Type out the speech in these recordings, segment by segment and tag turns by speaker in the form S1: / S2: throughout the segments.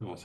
S1: Was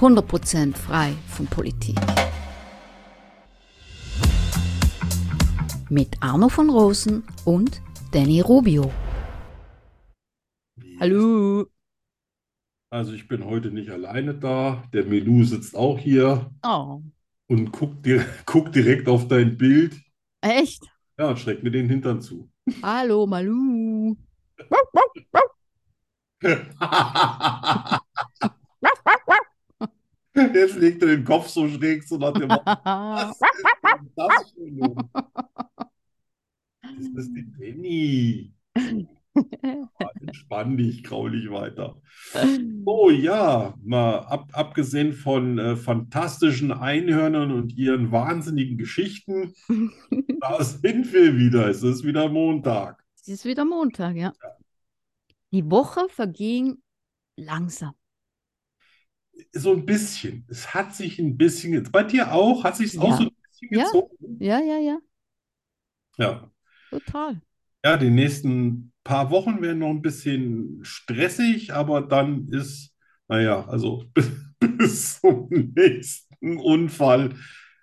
S2: Hundert Prozent frei von Politik. Mit Arno von Rosen und Danny Rubio. Hallo.
S1: Also ich bin heute nicht alleine da. Der Melu sitzt auch hier
S2: Oh,
S1: und guckt, dir, guckt direkt auf dein Bild.
S2: echt?
S1: Ja, und schreckt mir den Hintern zu.
S2: Hallo, Malu.
S1: Jetzt legt er den Kopf so schräg, so nach dem Motto, was ist denn das für ein- Das ist die Penny. Entspann dich, graulich weiter. Oh ja, mal ab, abgesehen von äh, fantastischen Einhörnern und ihren wahnsinnigen Geschichten, da sind wir wieder. Es ist wieder Montag.
S2: Es ist wieder Montag, ja. Die Woche verging langsam.
S1: So ein bisschen. Es hat sich ein bisschen ge- Bei dir auch? Hat sich auch
S2: Ja.
S1: so ein bisschen
S2: Ja.
S1: gezogen?
S2: Ja, ja, ja,
S1: Ja.
S2: total.
S1: Ja, die nächsten paar Wochen werden noch ein bisschen stressig, aber dann ist, naja, also bis, bis zum nächsten Unfall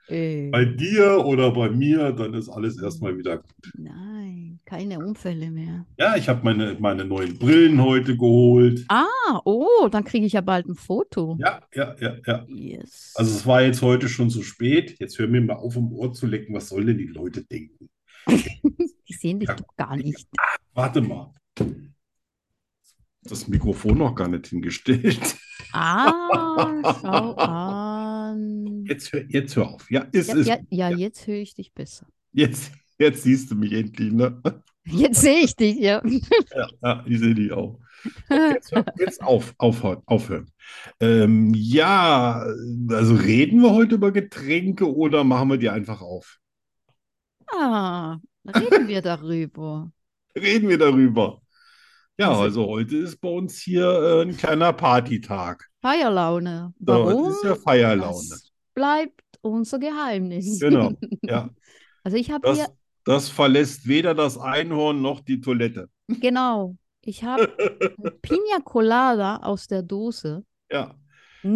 S2: Äh,
S1: bei dir oder bei mir, dann ist alles erstmal wieder gut.
S2: nein, keine Unfälle mehr.
S1: Ja, ich habe meine, meine neuen Brillen heute geholt.
S2: Ah, oh, dann kriege ich ja bald ein Foto.
S1: Ja, ja, ja, ja.
S2: Yes.
S1: Also es war jetzt heute schon zu spät. Jetzt hör mir mal auf, um Ohr zu lecken. Was sollen denn die Leute denken?
S2: die sehen dich
S1: ja.
S2: doch gar nicht.
S1: Warte mal. Das Mikrofon noch gar nicht hingestellt.
S2: Ah, schau an.
S1: Jetzt hör, jetzt hör auf. Ja, es
S2: Ja,
S1: ist,
S2: ja, ja, jetzt höre ich dich besser.
S1: Jetzt, jetzt siehst du mich endlich, ne?
S2: Jetzt sehe ich dich, ja.
S1: Ja, ja ich sehe dich auch. Jetzt, hör- jetzt auf, aufhören. aufhören. Ähm, ja, also reden wir heute über Getränke oder machen wir die einfach auf?
S2: Ah, reden wir darüber.
S1: Reden wir darüber. Ja,
S2: Also-
S1: also heute ist bei uns hier äh, ein kleiner Partytag.
S2: Feierlaune.
S1: So, heute
S2: Warum?
S1: ist ja Feierlaune.
S2: Das bleibt unser Geheimnis.
S1: Genau, ja.
S2: Also ich habe
S1: Das,
S2: hier,
S1: das verlässt weder das Einhorn noch die Toilette.
S2: genau, ich habe Pina Colada aus der Dose,
S1: Ja. Und ein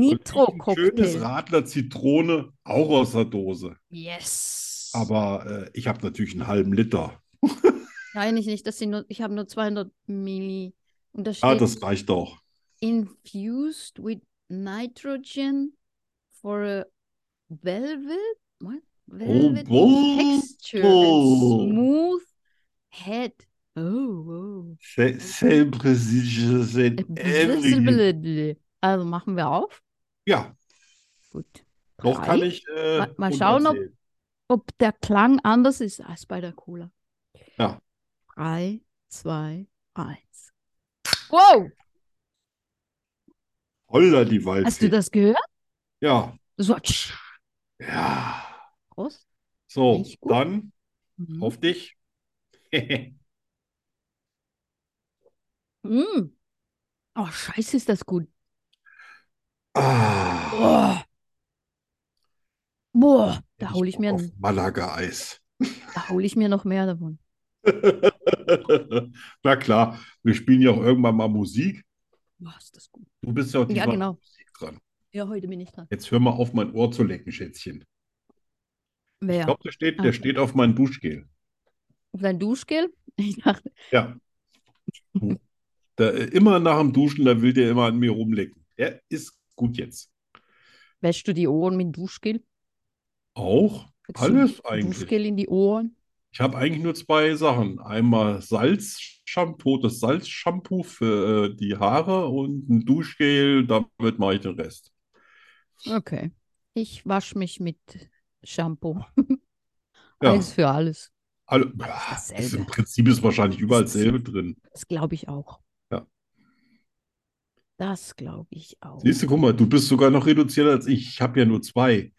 S1: schönes
S2: Nitro-Cocktail.
S1: Radler Zitrone, auch aus der Dose.
S2: Yes.
S1: Aber äh, ich habe natürlich einen halben Liter.
S2: Nein, ich nicht, dass sie nur, ich habe nur 200 Milli. Und da
S1: Ah,
S2: steht
S1: das reicht auch.
S2: infused with nitrogen for a velvet, what? Velvet
S1: boah.
S2: texture
S1: Oh.
S2: and smooth head. Oh, oh.
S1: Se- Same procedures in everything.
S2: Blitzblitz. Also machen wir auf.
S1: Ja,
S2: Gut.
S1: noch kann
S2: Drei.
S1: ich. äh,
S2: Mal- mal
S1: und
S2: schauen, ob-
S1: erzählen.
S2: Ob der Klang anders ist als bei der Cola.
S1: Ja.
S2: Drei, zwei, eins. Wow,
S1: Holla die Waldfee.
S2: hast du das gehört?
S1: Ja,
S2: So, tsch,
S1: ja.
S2: Prost.
S1: So,
S2: Riecht gut.
S1: dann
S2: Mhm.
S1: auf dich.
S2: Mm. Oh, scheiße, ist das gut.
S1: ah,
S2: Boah. Boah, da
S1: ich
S2: hole ich
S1: Bock
S2: mir,
S1: auf Malaga-Eis.
S2: da hole ich mir noch mehr davon.
S1: Na klar, wir spielen ja auch irgendwann mal Musik.
S2: Boah, ist das gut.
S1: Du bist ja auch
S2: Ja,
S1: diesmal
S2: genau.
S1: Musik dran.
S2: Ja, heute bin ich dran.
S1: Jetzt hör mal auf, mein Ohr zu lecken, Schätzchen. Ich
S2: Wer?
S1: glaube, der steht,
S2: Ah.
S1: der steht auf meinem Duschgel.
S2: Dein Duschgel? Ich dachte,
S1: Ja. Da, äh, immer nach dem Duschen, da will der immer an mir rumlecken. Er ist gut jetzt.
S2: wäschst du die Ohren mit Duschgel?
S1: Auch
S2: Kriegst du
S1: alles eigentlich.
S2: Duschgel in die Ohren?
S1: Ich habe eigentlich nur zwei Sachen. Einmal Salzshampoo, das Salzshampoo für äh, die Haare und ein Duschgel, damit mache ich den Rest.
S2: Okay. Ich wasche mich mit Shampoo.
S1: Ja,
S2: Eins für alles.
S1: alle, ja, ist
S2: Also, dasselbe.
S1: im Prinzip ist wahrscheinlich überall
S2: Das ist-
S1: dasselbe drin.
S2: Das glaube ich auch.
S1: Ja.
S2: Das glaube ich auch.
S1: Siehst du, guck mal, du bist sogar noch reduzierter als ich. Ich habe ja nur zwei.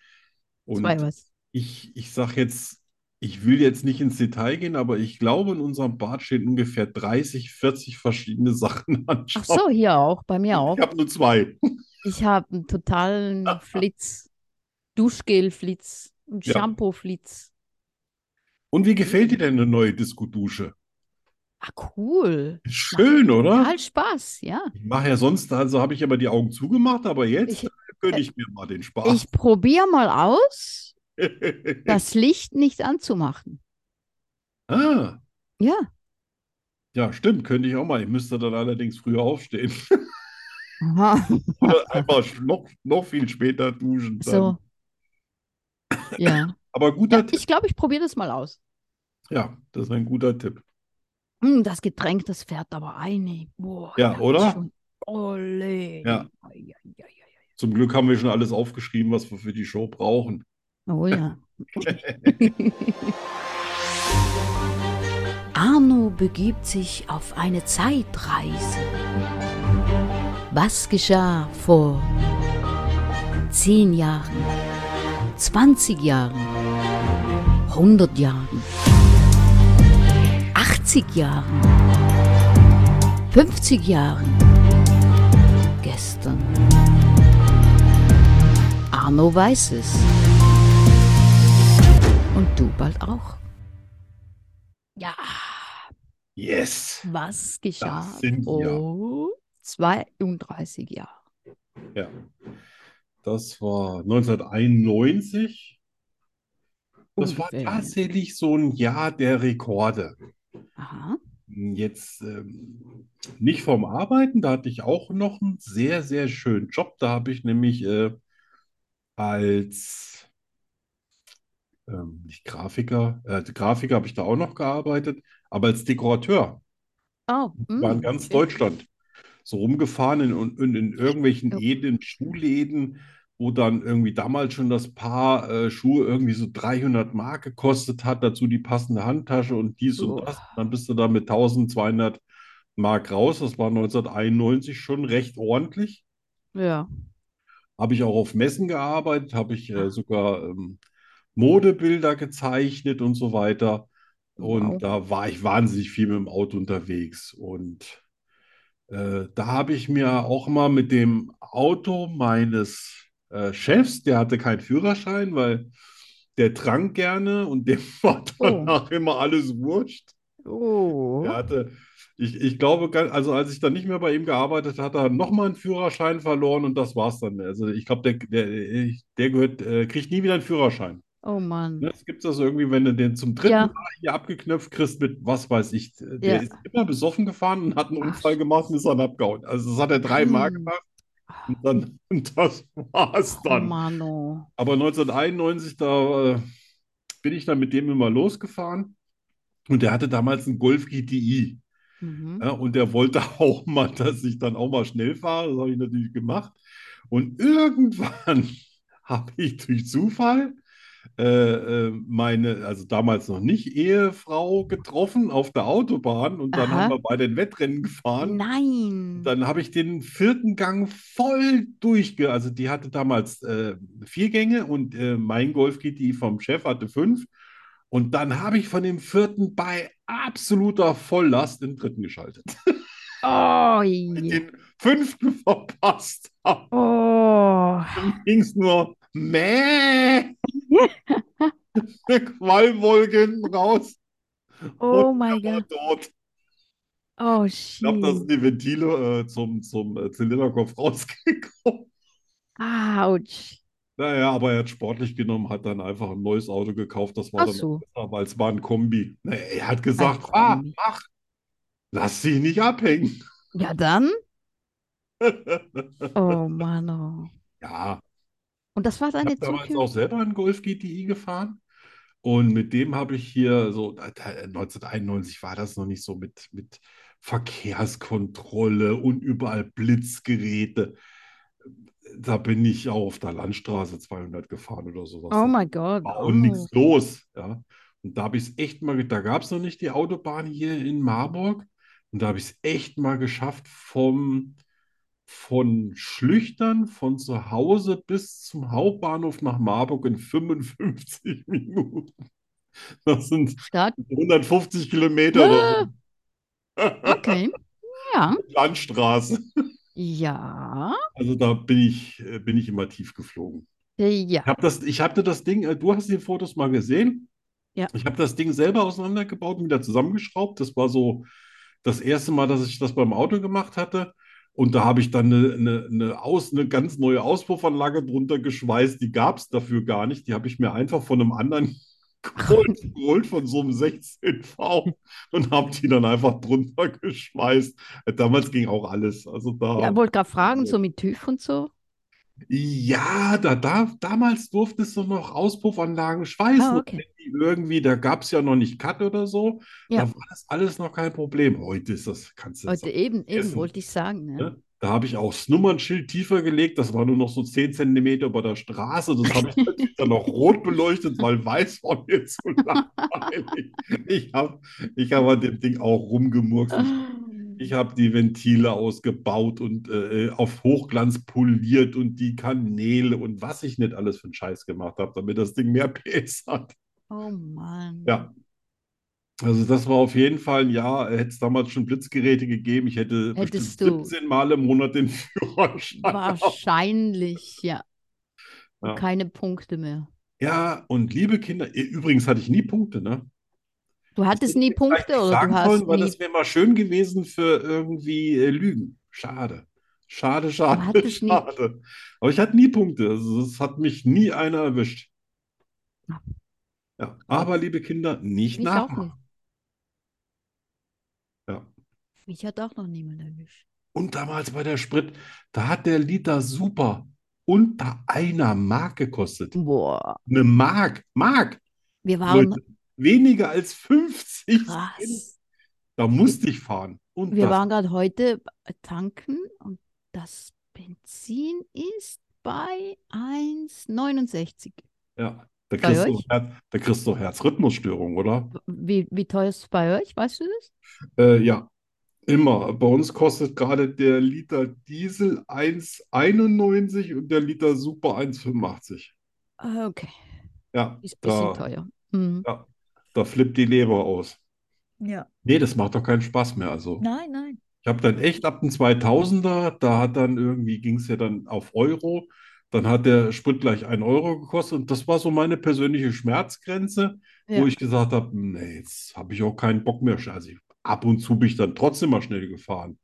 S1: Und
S2: Zwei was.
S1: ich, ich sage jetzt, ich will jetzt nicht ins Detail gehen, aber ich glaube, in unserem Bad stehen ungefähr 30, 40 verschiedene Sachen an.
S2: Ach so, hier auch, bei mir auch.
S1: Ich habe nur zwei.
S2: Ich habe einen totalen Flitz. Duschgel-Flitz, einen
S1: Ja.
S2: Shampoo-Flitz.
S1: Und wie gefällt dir denn eine neue Disco-Dusche?
S2: Ah, cool.
S1: Ist Schön, oder?
S2: Total Spaß, ja.
S1: Ich mache ja sonst, also habe ich aber die Augen zugemacht, aber jetzt
S2: Ich,
S1: äh, gönne ich mir mal den Spaß.
S2: ich probiere mal aus, das Licht nicht anzumachen.
S1: Ah,
S2: Ja.
S1: ja, stimmt, könnte ich auch mal. Ich müsste dann allerdings früher aufstehen.
S2: Aha.
S1: Oder einfach noch, noch viel später duschen dann.
S2: So. Ja.
S1: Aber guter
S2: Ja,
S1: Tipp.
S2: ich glaube, ich probiere das mal aus.
S1: Ja, das ist ein guter Tipp.
S2: Hm, das Getränk, das fährt aber ein. ey. Boah,
S1: Ja,
S2: das
S1: oder?
S2: ist schon. Ole.
S1: Ja.
S2: Ei, ei, ei, ei, ei.
S1: Zum Glück haben wir schon alles aufgeschrieben, was wir für die Show brauchen.
S2: Oh ja. Arno begibt sich auf eine Zeitreise. Was geschah vor 10 Jahren, 20 Jahren, 100 Jahren, 80 Jahren, 50 Jahren, gestern? Arno weiß es. Und du bald auch. Ja,
S1: Yes.
S2: was geschah um
S1: Das sind wir.
S2: vor 32 Jahren?
S1: Ja. Das war 1991. Das war
S2: Ungefähr.
S1: tatsächlich so ein Jahr der Rekorde.
S2: Aha.
S1: Jetzt ähm, nicht vom Arbeiten, da hatte ich auch noch einen sehr, sehr schönen Job. Da habe ich nämlich äh, als ähm, nicht Grafiker, äh, als Grafiker habe ich da auch noch gearbeitet, aber als Dekorateur.
S2: Oh,
S1: war in
S2: mm,
S1: ganz
S2: schön.
S1: Deutschland so rumgefahren in, in, in irgendwelchen
S2: Jo.
S1: Läden, Schuhläden, wo dann irgendwie damals schon das Paar äh, Schuhe irgendwie so 300 Mark gekostet hat, dazu die passende Handtasche und dies und
S2: Uah.
S1: das. Dann bist du da mit 1200 Mark raus. Das war 1991 schon recht ordentlich.
S2: Ja.
S1: Habe ich auch auf Messen gearbeitet, habe ich
S2: Ah.
S1: äh, sogar ähm, Modebilder gezeichnet und so weiter.
S2: Wow.
S1: Und da war ich wahnsinnig viel mit dem Auto unterwegs. Und äh, da habe ich mir auch mal mit dem Auto meines äh, Chefs, der hatte keinen Führerschein, weil der trank gerne und dem war
S2: Oh.
S1: danach immer alles wurscht.
S2: Oh.
S1: Der hatte, ich, ich glaube, ga- also als ich dann nicht mehr bei ihm gearbeitet hatte, hat er nochmal einen Führerschein verloren und das war's dann. Also ich glaube, der, der, der gehört, äh, kriegt nie wieder einen Führerschein.
S2: Oh Mann.
S1: Ne? Es gibt das irgendwie, wenn du den zum dritten
S2: Ja,
S1: Mal hier abgeknöpft kriegst mit, was weiß ich, Äh, der
S2: Ja.
S1: ist immer besoffen gefahren und hat einen
S2: Ach,
S1: Unfall gemacht und ist dann abgehauen. Also das hat er dreimal
S2: Mann.
S1: gemacht und dann, und das war's
S2: Oh
S1: dann.
S2: Mann, oh.
S1: Aber 1991, da äh, bin ich dann mit dem immer losgefahren und der hatte damals einen Golf E GTI.
S2: Mhm.
S1: Ja, und der wollte auch mal, dass ich dann auch mal schnell fahre. Das habe ich natürlich gemacht. Und irgendwann habe ich durch Zufall äh, äh, meine, also damals noch nicht Ehefrau getroffen auf der Autobahn und dann haben
S2: Aha.
S1: wir bei den Wettrennen gefahren.
S2: Nein.
S1: Dann habe ich den vierten Gang voll durchge... Also die hatte damals äh, vier Gänge und äh, mein Golf GTI vom Chef hatte fünf. Und dann habe ich von dem vierten bei absoluter Volllast den dritten geschaltet.
S2: Oh,
S1: Ich
S2: je.
S1: den fünften verpasst habe,
S2: oh.
S1: ging es nur mäh, Qualmwolke hinten raus und
S2: Oh mein
S1: war
S2: Gott.
S1: tot.
S2: Oh,
S1: Ich glaube, da
S2: shit.
S1: sind die Ventile äh, zum, zum äh, Zylinderkopf rausgekommen.
S2: Autsch.
S1: Naja, aber er hat sportlich genommen, hat dann einfach ein neues Auto gekauft. Das war
S2: Ach
S1: dann auch
S2: so. ah.
S1: besser, weil es war ein Kombi. Naja, er hat
S2: Ein
S1: gesagt, fahr,
S2: Kombi.
S1: mach, lass dich nicht abhängen.
S2: Ja, dann?
S1: ah.
S2: Oh Mann, oh.
S1: Ja,
S2: Und das war
S1: ich habe
S2: deine
S1: damals auch
S2: Zukünftige?
S1: selber einen Golf GTI gefahren. Und mit dem habe ich hier so, da- da- 1991 war das noch nicht so mit, mit Verkehrskontrolle und überall Blitzgeräte. Da bin ich auch auf der Landstraße 200 gefahren oder sowas.
S2: Oh
S1: Da
S2: mein Gott.
S1: war auch
S2: Oh.
S1: nichts los. Ja. Und da habe ich es echt mal, ge- da gab es noch nicht die Autobahn hier in Marburg. Und da habe ich es echt mal geschafft, vom von Schlüchtern von zu Hause bis zum Hauptbahnhof nach Marburg in 55 Minuten. Das sind
S2: Start.
S1: 150 Kilometer oder so.
S2: Okay. Ja.
S1: Landstraße.
S2: Ja.
S1: Also da bin ich, äh, bin ich immer tief geflogen.
S2: Äh, Ja.
S1: Ich habe das, ich hatte das Ding, äh, du hast die Fotos mal gesehen.
S2: Ja.
S1: Ich habe das Ding selber auseinandergebaut und wieder zusammengeschraubt. Das war so das erste Mal, dass ich das beim Auto gemacht hatte. Und da habe ich dann eine, eine, eine, Aus, eine ganz neue Auspuffanlage drunter geschweißt. Die gab es dafür gar nicht. Die habe ich mir einfach von einem anderen geholt, geholt von so einem 16V und habe die dann einfach drunter geschweißt. Damals ging auch alles. Also da.
S2: Ja, wollte gerade fragen,
S1: Also
S2: so mit TÜV und so.
S1: Ja, da, da, damals durftest du noch Auspuffanlagen schweißen.
S2: Ah,
S1: und
S2: okay.
S1: die Irgendwie, da gab es ja noch nicht Cut oder so.
S2: Ja.
S1: Da war das alles noch kein Problem. Heute ist das, kannst du
S2: Heute
S1: sagen.
S2: eben, eben
S1: Essen.
S2: wollte ich sagen. Ne?
S1: Ja. Da habe ich auch das Nummernschild tiefer gelegt. Das war nur noch so 10 Zentimeter über der Straße. Das habe ich natürlich dann noch rot beleuchtet, weil weiß war mir zu langweilig. Ich habe ich hab an dem Ding auch rumgemurkst. Ich ich habe die Ventile ausgebaut und äh, auf Hochglanz poliert und die Kanäle und was ich nicht alles für einen Scheiß gemacht habe, damit das Ding mehr PS hat.
S2: Oh Mann.
S1: Ja. Also das war auf jeden Fall ein Jahr, äh, hätte es damals schon Blitzgeräte gegeben, ich hätte
S2: Hättest
S1: bestimmt
S2: du.
S1: 17 Mal im Monat den Führerschein.
S2: Wahrscheinlich, ja. Und
S1: Ja.
S2: keine Punkte mehr.
S1: Ja, und liebe Kinder, eh, übrigens hatte ich nie Punkte, ne?
S2: Du hattest nie
S1: Vielleicht
S2: Punkte
S1: nicht
S2: oder du
S1: sagen
S2: hast
S1: wollen, weil
S2: nie.
S1: das wäre mal schön gewesen für irgendwie äh, Lügen. Schade. Schade, schade,
S2: hattest nie-
S1: schade. Aber ich hatte nie Punkte. Also es hat mich nie einer erwischt.
S2: Ja.
S1: Ja. Aber liebe Kinder, nicht
S2: Mich auch
S1: nachmachen.
S2: nicht.
S1: Ja.
S2: Mich hat auch noch niemand erwischt.
S1: Und damals bei der Sprit, da hat der Liter Super unter einer Mark gekostet.
S2: Boah.
S1: Eine Mark, Mark,
S2: Wir waren
S1: Leute. Weniger als 50 Cent.
S2: krass.
S1: Da musste ich fahren. Und
S2: Wir
S1: das
S2: waren gerade heute tanken und das Benzin ist bei 1,69.
S1: Ja, da
S2: Bei
S1: kriegst du,
S2: euch?
S1: Herz, da kriegst du Herzrhythmusstörung, oder?
S2: Wie, wie teuer ist es bei euch? Weißt du das?
S1: Äh, ja, immer. Bei uns kostet gerade der Liter Diesel 1,91 und der Liter Super 1,85.
S2: Ah, Okay,
S1: Ja,
S2: ist ein bisschen
S1: da,
S2: teuer. Mhm.
S1: da flippt die Leber aus.
S2: Ja.
S1: Nee, das macht doch keinen Spaß mehr. Also,
S2: Nein, nein.
S1: ich habe dann echt ab dem 2000er, da hat dann irgendwie, ging es ja dann auf Euro. Dann hat der Sprit gleich 1 Euro gekostet und das war so meine persönliche Schmerzgrenze. wo
S2: Ja.
S1: ich gesagt habe, nee, jetzt habe ich auch keinen Bock mehr. Also ich, ab und zu bin ich dann trotzdem mal schnell gefahren.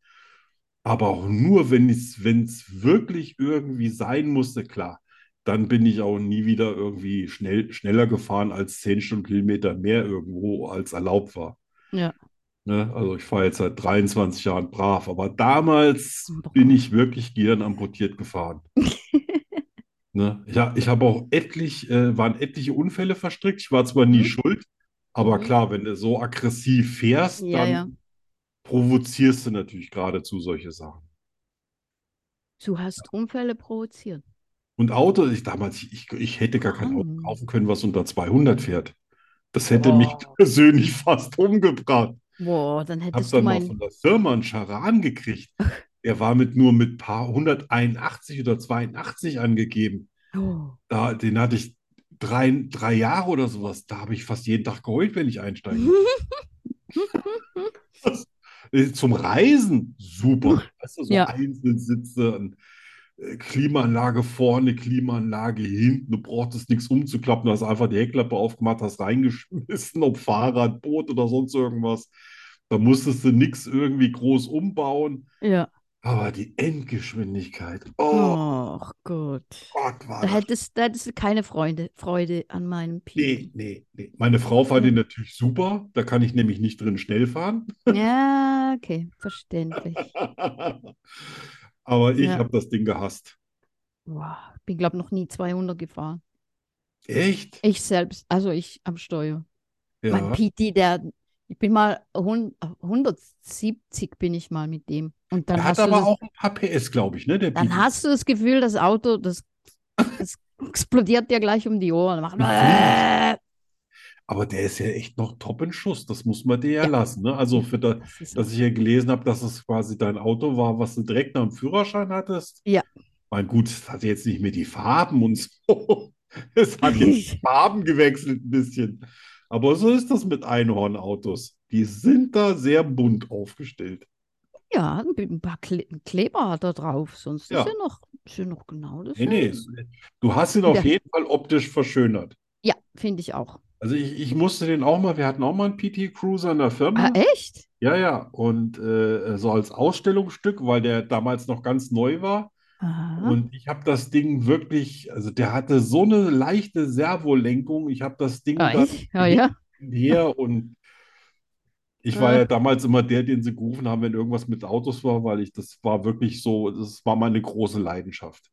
S1: Aber auch nur, wenn es wirklich irgendwie sein musste, klar, dann bin ich auch nie wieder irgendwie schnell, schneller gefahren als 10 Stundenkilometer mehr irgendwo, als erlaubt war.
S2: Ja.
S1: Ne? Also ich fahre jetzt seit 23 Jahren brav, aber damals bin ich wirklich Gehirn amputiert gefahren. Ne? Ja, ich habe auch etlich, äh, waren etliche Unfälle verstrickt. Ich war zwar nie
S2: Mhm.
S1: schuld, aber
S2: Mhm.
S1: klar, wenn du so aggressiv fährst,
S2: Ja,
S1: dann
S2: ja.
S1: provozierst du natürlich geradezu solche Sachen.
S2: Du hast Unfälle provoziert.
S1: Und Auto, ich damals, ich, ich, ich hätte gar kein Auto
S2: Mann.
S1: kaufen können, was unter 200 fährt. Das hätte mich
S2: Boah.
S1: persönlich fast umgebracht.
S2: Boah, dann
S1: Ich habe
S2: Oh. hättest du
S1: dann mal
S2: mein.
S1: von der Firma einen Charan gekriegt. Der war mit nur mit paar 181 oder 82 angegeben.
S2: Oh.
S1: Da, den hatte ich drei, drei Jahre oder sowas. Da habe ich fast jeden Tag geheult, wenn ich einsteige.
S2: Mhm.
S1: Äh, Zum Reisen super. Weißt du, so
S2: Ja.
S1: Einzelsitze, ein, äh, Klimaanlage vorne, Klimaanlage hinten. Du brauchtest nichts umzuklappen. Du hast einfach die Heckklappe aufgemacht, hast reingeschmissen, ob Fahrrad, Boot oder sonst irgendwas. Da musstest du nichts irgendwie groß umbauen.
S2: Ja.
S1: Aber die Endgeschwindigkeit, oh
S2: Oh Gott.
S1: Gott, war
S2: Da
S1: das.
S2: hättest, da hättest du keine Freunde, Freude an meinem
S1: Nee,
S2: Piepen.
S1: nee, nee. Meine Frau fand den natürlich super. Da kann ich nämlich nicht drin schnell fahren.
S2: Ja, okay, verständlich.
S1: Aber ich
S2: Ja.
S1: habe das Ding gehasst.
S2: Wow. Bin, glaube noch nie 200 gefahren.
S1: Echt?
S2: Ich selbst, also ich am Steuer. Mein
S1: Ja.
S2: PT, der, ich bin mal hun- 170 bin ich mal mit dem. Und dann
S1: Der
S2: hast
S1: hat
S2: du
S1: aber
S2: das,
S1: auch ein paar PS, glaube ich, ne? Der
S2: dann
S1: Piki.
S2: hast du das Gefühl, das Auto, das, das explodiert dir gleich um die Ohren. Macht-
S1: Fliegt. Aber der ist ja echt noch top in Schuss. Das muss man dir ja
S2: Ja.
S1: lassen. Ne? Also, für da,
S2: äh, Das ist
S1: dass ich ja gelesen habe, dass es quasi dein Auto war, was du direkt nach dem Führerschein hattest.
S2: Ja.
S1: Mein gut, es hat jetzt nicht mehr die Farben und so. Es hat jetzt Farben gewechselt ein bisschen. Aber so ist das mit Einhornautos. Die sind da sehr bunt aufgestellt.
S2: ja, ein bi- ein paar Kle Kleber hat er drauf, sonst
S1: Ja.
S2: ist er noch, ist er noch genau das.
S1: Nee, nee, es- du hast ihn auf
S2: Ja.
S1: jeden Fall optisch verschönert.
S2: Ja, finde ich auch.
S1: Also ich, ich musste den auch mal, wir hatten auch mal einen PT-Cruiser in der Firma.
S2: Ah, echt?
S1: Ja, ja. Und äh, so als Ausstellungsstück, weil der damals noch ganz neu war.
S2: Aha.
S1: Und ich habe das Ding wirklich, also der hatte so eine leichte Servolenkung. Ich habe das Ding
S2: Ja,
S1: dann
S2: Ah, echt? Ja, ja.
S1: her und ich war
S2: Ah.
S1: ja damals immer der, den sie gerufen haben, wenn irgendwas mit Autos war, weil ich das war wirklich so, das war meine große Leidenschaft.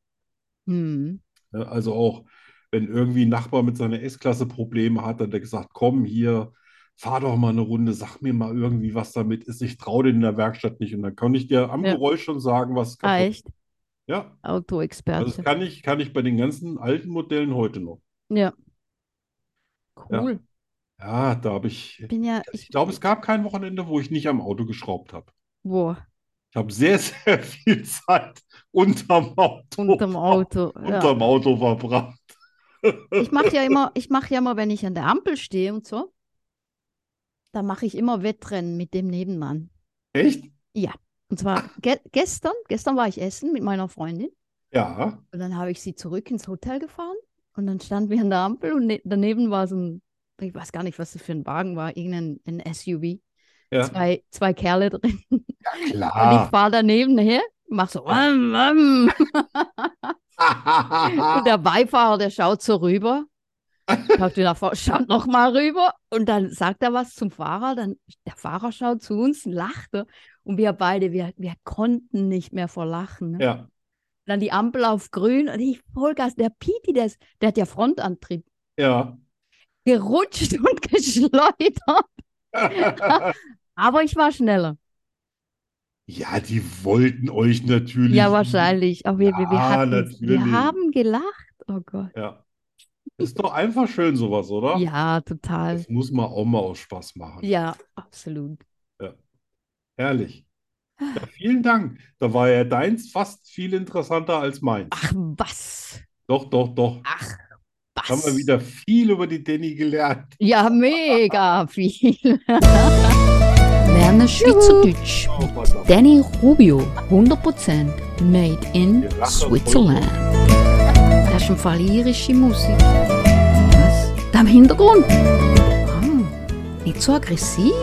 S2: Hm.
S1: Ne, Also auch, wenn irgendwie ein Nachbar mit seiner S-Klasse Probleme hat, dann hat er gesagt, komm hier, fahr doch mal eine Runde, sag mir mal irgendwie, was damit ist. Ich traue den in der Werkstatt nicht. Und dann kann ich dir am
S2: Ja.
S1: Geräusch schon sagen, was
S2: Ah,
S1: kaputt ist.
S2: echt?
S1: Ja, also das
S2: Autoexperte.
S1: kann ich, kann ich bei den ganzen alten Modellen heute noch.
S2: Ja. Cool.
S1: Ja, da habe ich,
S2: Bin ja,
S1: ich glaube, es gab kein Wochenende, wo ich nicht am Auto geschraubt habe.
S2: boah,
S1: Ich habe sehr, sehr viel Zeit unterm Auto,
S2: unterm Auto. Ja.
S1: unterm Auto verbracht.
S2: Ich mache ja immer, ich mache ja immer, wenn ich an der Ampel stehe und so, da mache ich immer Wettrennen mit dem Nebenmann.
S1: Echt?
S2: Und zwar ge gestern, gestern war ich essen mit meiner Freundin
S1: Ja.
S2: und dann habe ich sie zurück ins Hotel gefahren und dann standen wir an der Ampel und ne daneben war so ein, ich weiß gar nicht, was das für ein Wagen war, irgendein ein SUV,
S1: Ja, Ah.
S2: zwei, zwei Kerle drin. Und ich
S1: klar.
S2: fahre daneben her, mach so, wam, wam.
S1: Ah.
S2: Und der Beifahrer, der schaut so rüber, schaut wieder vor, schaut noch mal rüber und dann sagt er was zum Fahrer, dann der Fahrer schaut zu uns, lachte und wir beide, wir, wir konnten nicht mehr vor Lachen. Ne?
S1: Ja,
S2: Dann die Ampel auf grün und ich Vollgas, der Piti, der, ist, der hat ja Frontantrieb,
S1: ja.
S2: gerutscht und geschleudert, aber ich war schneller.
S1: Ja, die wollten euch natürlich.
S2: Ja, wahrscheinlich. Aber wir, wir, wir,
S1: Mhm. Ja,
S2: hatten, wir
S1: natürlich.
S2: haben gelacht. Oh Gott.
S1: Ja. Ist doch einfach schön, sowas, oder?
S2: Ja, total.
S1: Das muss man auch mal aus Spaß machen.
S2: Ja, absolut.
S1: Herrlich. Ja, vielen Dank. Da war ja deins fast viel interessanter als meins.
S2: Ach, was?
S1: Doch, doch, doch.
S2: Ach, was?
S1: Haben wir wieder viel über die Danny gelernt.
S2: Ja, mega viel. Lerne Schweizerdeutsch.
S1: Oh, verdammt.
S2: Danny Rubio, 100% made in
S1: Wir lachen
S2: Switzerland. Das ist im Fall irische Musik. Was? Da im Hintergrund? Ah, nicht so aggressiv.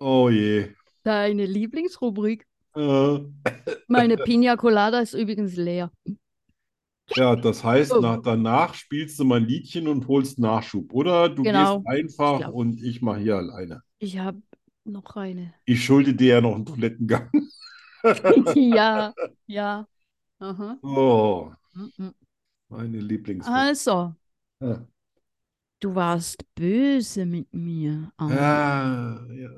S1: Oh je.
S2: Deine Lieblingsrubrik.
S1: Äh,
S2: Meine Pina Colada ist übrigens leer.
S1: ja, das heißt,
S2: Oh.
S1: nach, danach spielst du mal ein Liedchen und holst Nachschub. Oder du
S2: Genau.
S1: gehst einfach
S2: Ich glaub-
S1: und ich mache hier alleine.
S2: Ich habe noch eine.
S1: Ich schulde dir ja noch einen Toilettengang.
S2: ja, ja. Aha.
S1: Oh,
S2: Mhm.
S1: meine Lieblingsmusik.
S2: Also,
S1: Ah.
S2: du warst böse mit mir. Arno.
S1: Ja, Ah, ja.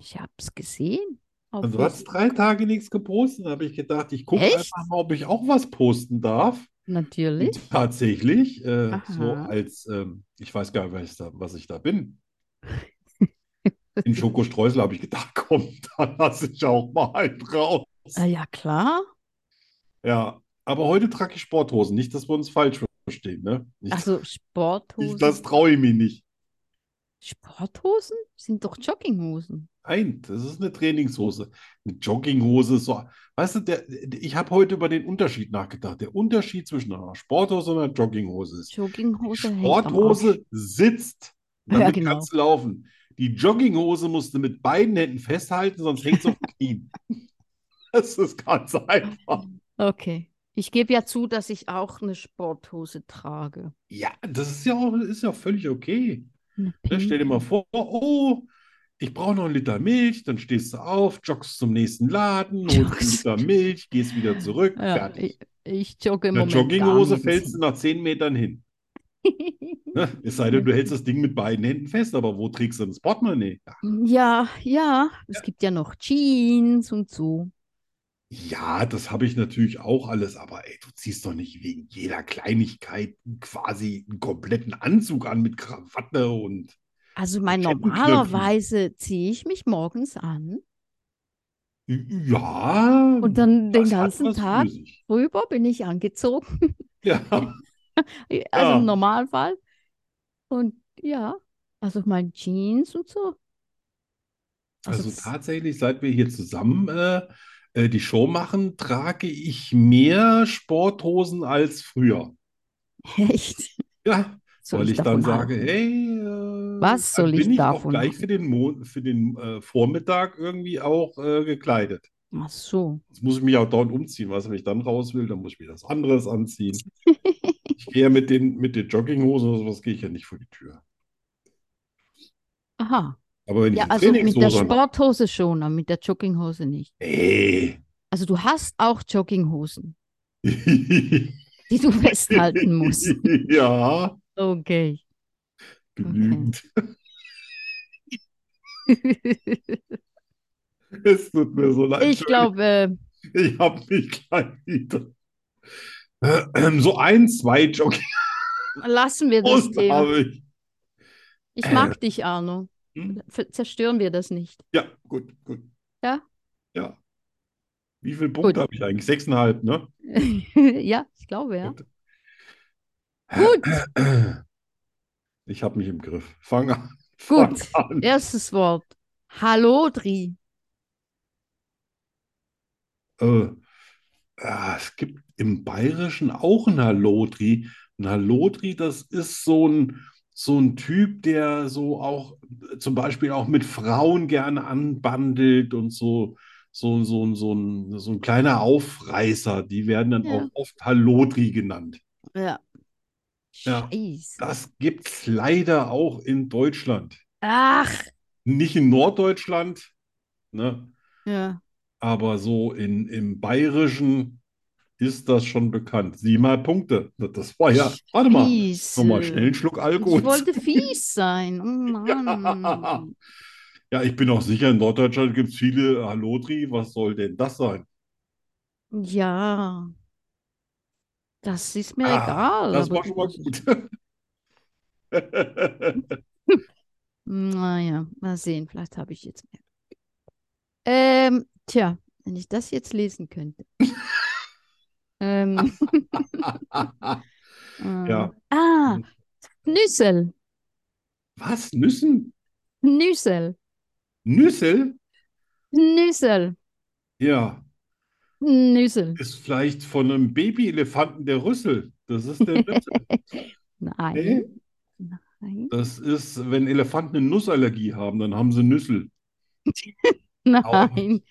S2: Ich hab's gesehen. Auf
S1: Und du hast
S2: Facebook.
S1: drei Tage nichts gepostet. Da habe ich gedacht, ich gucke
S2: Echt?
S1: einfach mal, ob ich auch was posten darf.
S2: Natürlich.
S1: Und tatsächlich, äh, so
S2: Aha.
S1: als, ähm, ich weiß gar nicht, was ich da, was ich da bin. In Schokostreusel habe ich gedacht, komm, da lasse ich auch mal einen raus.
S2: Ah, ja, klar.
S1: Ja, aber heute trage ich Sporthosen. Nicht, dass wir uns falsch verstehen, ne? Ich,
S2: Also
S1: ich,
S2: Sporthosen.
S1: das traue ich mir nicht.
S2: Sporthosen sind doch Jogginghosen.
S1: Nein, das ist eine Trainingshose. Eine Jogginghose ist so. Weißt du, der, ich habe heute über den Unterschied nachgedacht. Der Unterschied zwischen einer Sporthose und einer Jogginghose ist, die
S2: Jogginghose hängt am Arsch.
S1: Sporthose sitzt,
S2: Ja,
S1: damit
S2: genau.
S1: kannst du laufen. Die Jogginghose musst du mit beiden Händen festhalten, sonst hängt sie auf den Knien. Das ist ganz einfach.
S2: Okay. Ich gebe ja zu, dass ich auch eine Sporthose trage.
S1: Ja, das ist ja auch, ist ja völlig okay.
S2: Eine
S1: Ne, stell dir mal
S2: pinke.
S1: vor, oh, ich brauche noch einen Liter Milch, dann stehst du auf, joggst zum nächsten Laden, holst einen
S2: Joggst.
S1: Liter Milch, gehst wieder zurück,
S2: Ja,
S1: Äh, fertig.
S2: ich, ich jogge im
S1: Eine
S2: Moment gar
S1: Jogginghose
S2: nicht.
S1: fällst du nach zehn Metern hin. Ne? Es sei denn, du hältst das Ding mit beiden Händen fest, aber wo trägst du denn das Portemonnaie? Ja,
S2: Ja, ja. Es gibt ja noch Jeans und so.
S1: Ja, das habe ich natürlich auch alles, aber ey, du ziehst doch nicht wegen jeder Kleinigkeit quasi einen kompletten Anzug an mit Krawatte und.
S2: Also mein
S1: Kettenknöpfen.
S2: normalerweise ziehe ich mich morgens an
S1: Ja,
S2: und dann den
S1: das hat
S2: ganzen
S1: Hm. was für
S2: Tag
S1: sich.
S2: rüber bin ich angezogen.
S1: Ja,
S2: Also
S1: Ja.
S2: im Normalfall. Und ja, also mein Jeans und so. Also
S1: also
S2: z-
S1: tatsächlich, seit wir hier zusammen äh, äh, die Show machen, trage ich mehr Sporthosen als früher.
S2: echt.
S1: Ja,
S2: Soll
S1: weil ich
S2: ich
S1: dann
S2: davon
S1: sage,
S2: halten?
S1: hey, äh,
S2: Was
S1: dann
S2: soll ich
S1: bin ich auch
S2: davon
S1: gleich für
S2: halten?
S1: den Mo für den äh, Vormittag irgendwie auch äh, gekleidet.
S2: Ach so.
S1: Jetzt muss ich mich auch dauernd umziehen. Weißt du, wenn ich dann raus will, dann muss ich mir was anderes anziehen. Ich gehe ja mit den, mit den Jogginghosen oder sowas, gehe ich ja nicht vor die Tür.
S2: Aha.
S1: Aber wenn ich
S2: Ja,
S1: eine
S2: also mit der
S1: Trainingshose an...
S2: Sporthose schon, aber mit der Jogginghose nicht.
S1: Ey.
S2: Also du hast auch Jogginghosen, die du festhalten musst.
S1: Ja,
S2: Okay.
S1: genügend. Es tut mir so leid.
S2: Ich glaube, äh,
S1: Entschuldigung, ich habe mich gleich wieder... Äh, So ein, zwei Jogginghosen
S2: lassen wir das Thema.
S1: habe ich.
S2: Ich mag dich, Arno.
S1: Hm?
S2: Ver- Zerstören wir das nicht.
S1: Ja, gut, gut.
S2: Ja?
S1: Ja. Wie viele Punkte habe ich eigentlich? Sechseinhalb, ne?
S2: Ja, ich glaube, ja.
S1: Gut.
S2: Gut,
S1: Ich habe mich im Griff. Fang an. Fang
S2: gut.
S1: an.
S2: Erstes Wort. Hallo, Dri.
S1: Äh, ah, es gibt im Bayerischen auch einen Hallodri. Ein Hallodri, das ist so ein, so ein Typ, der so auch äh, zum Beispiel auch mit Frauen gerne anbandelt und so, so, so, so, ein, so ein kleiner Aufreißer. Die werden dann auch
S2: Ja.
S1: oft Hallodri genannt.
S2: Ja.
S1: Ja.
S2: Scheiße.
S1: Das gibt es leider auch in Deutschland.
S2: Ach,
S1: Nicht in Norddeutschland, ne?
S2: ja.
S1: Aber so in, im Bayerischen ist das schon bekannt. Sieh mal Punkte. Das- Das war ja, warte mal, nochmal schnell
S2: Scheiße.
S1: einen Schluck
S2: Ich
S1: Alkohol.
S2: wollte fies sein. Oh Mann.
S1: Ja, ich bin auch sicher, in Norddeutschland gibt es viele Hallodri. Was soll denn das sein?
S2: Ja, das ist mir
S1: Ah,
S2: egal,
S1: das
S2: aber
S1: war
S2: du
S1: schon mal
S2: musst.
S1: gut.
S2: Naja, mal sehen, vielleicht habe ich jetzt mehr. Ähm, tja, wenn ich das jetzt lesen könnte. Ähm,
S1: Ja.
S2: äh, ah, Nüssel,
S1: Was? Nüssen?
S2: Nüssel,
S1: Nüssel?
S2: Nüssel,
S1: Ja,
S2: Nüssel.
S1: ist vielleicht von einem Babyelefanten der Rüssel. Das ist der Nüssel. Nee?
S2: Nein, nein,
S1: Das ist, wenn Elefanten eine Nussallergie haben, dann haben sie Nüssel. Auch
S2: nein.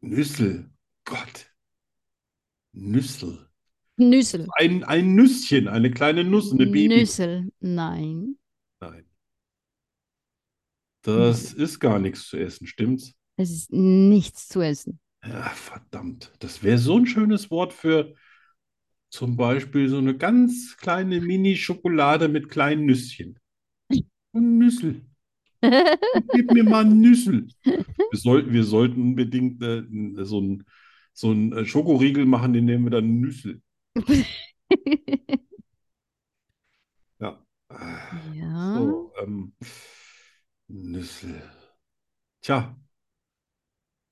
S1: Nüssel. Gott. Nüssel.
S2: Nüssel,
S1: Ein, ein Nüsschen, eine kleine Nuss, eine Baby.
S2: Nüssel, nein.
S1: Nein. Das ist gar nichts zu essen, stimmt's?
S2: Es ist nichts zu essen.
S1: Ja, Ah, verdammt. Das wäre so ein schönes Wort für zum Beispiel so eine ganz kleine Mini-Schokolade mit kleinen Nüsschen. Und Nüssel. Gib mir mal einen Nüssel. Wir sollten, wir sollten unbedingt äh, n- so einen so einen, äh, Schokoriegel machen, den nehmen wir dann Nüssel. Ja. Ah.
S2: Ja.
S1: So, ähm, Nüssel. Tja,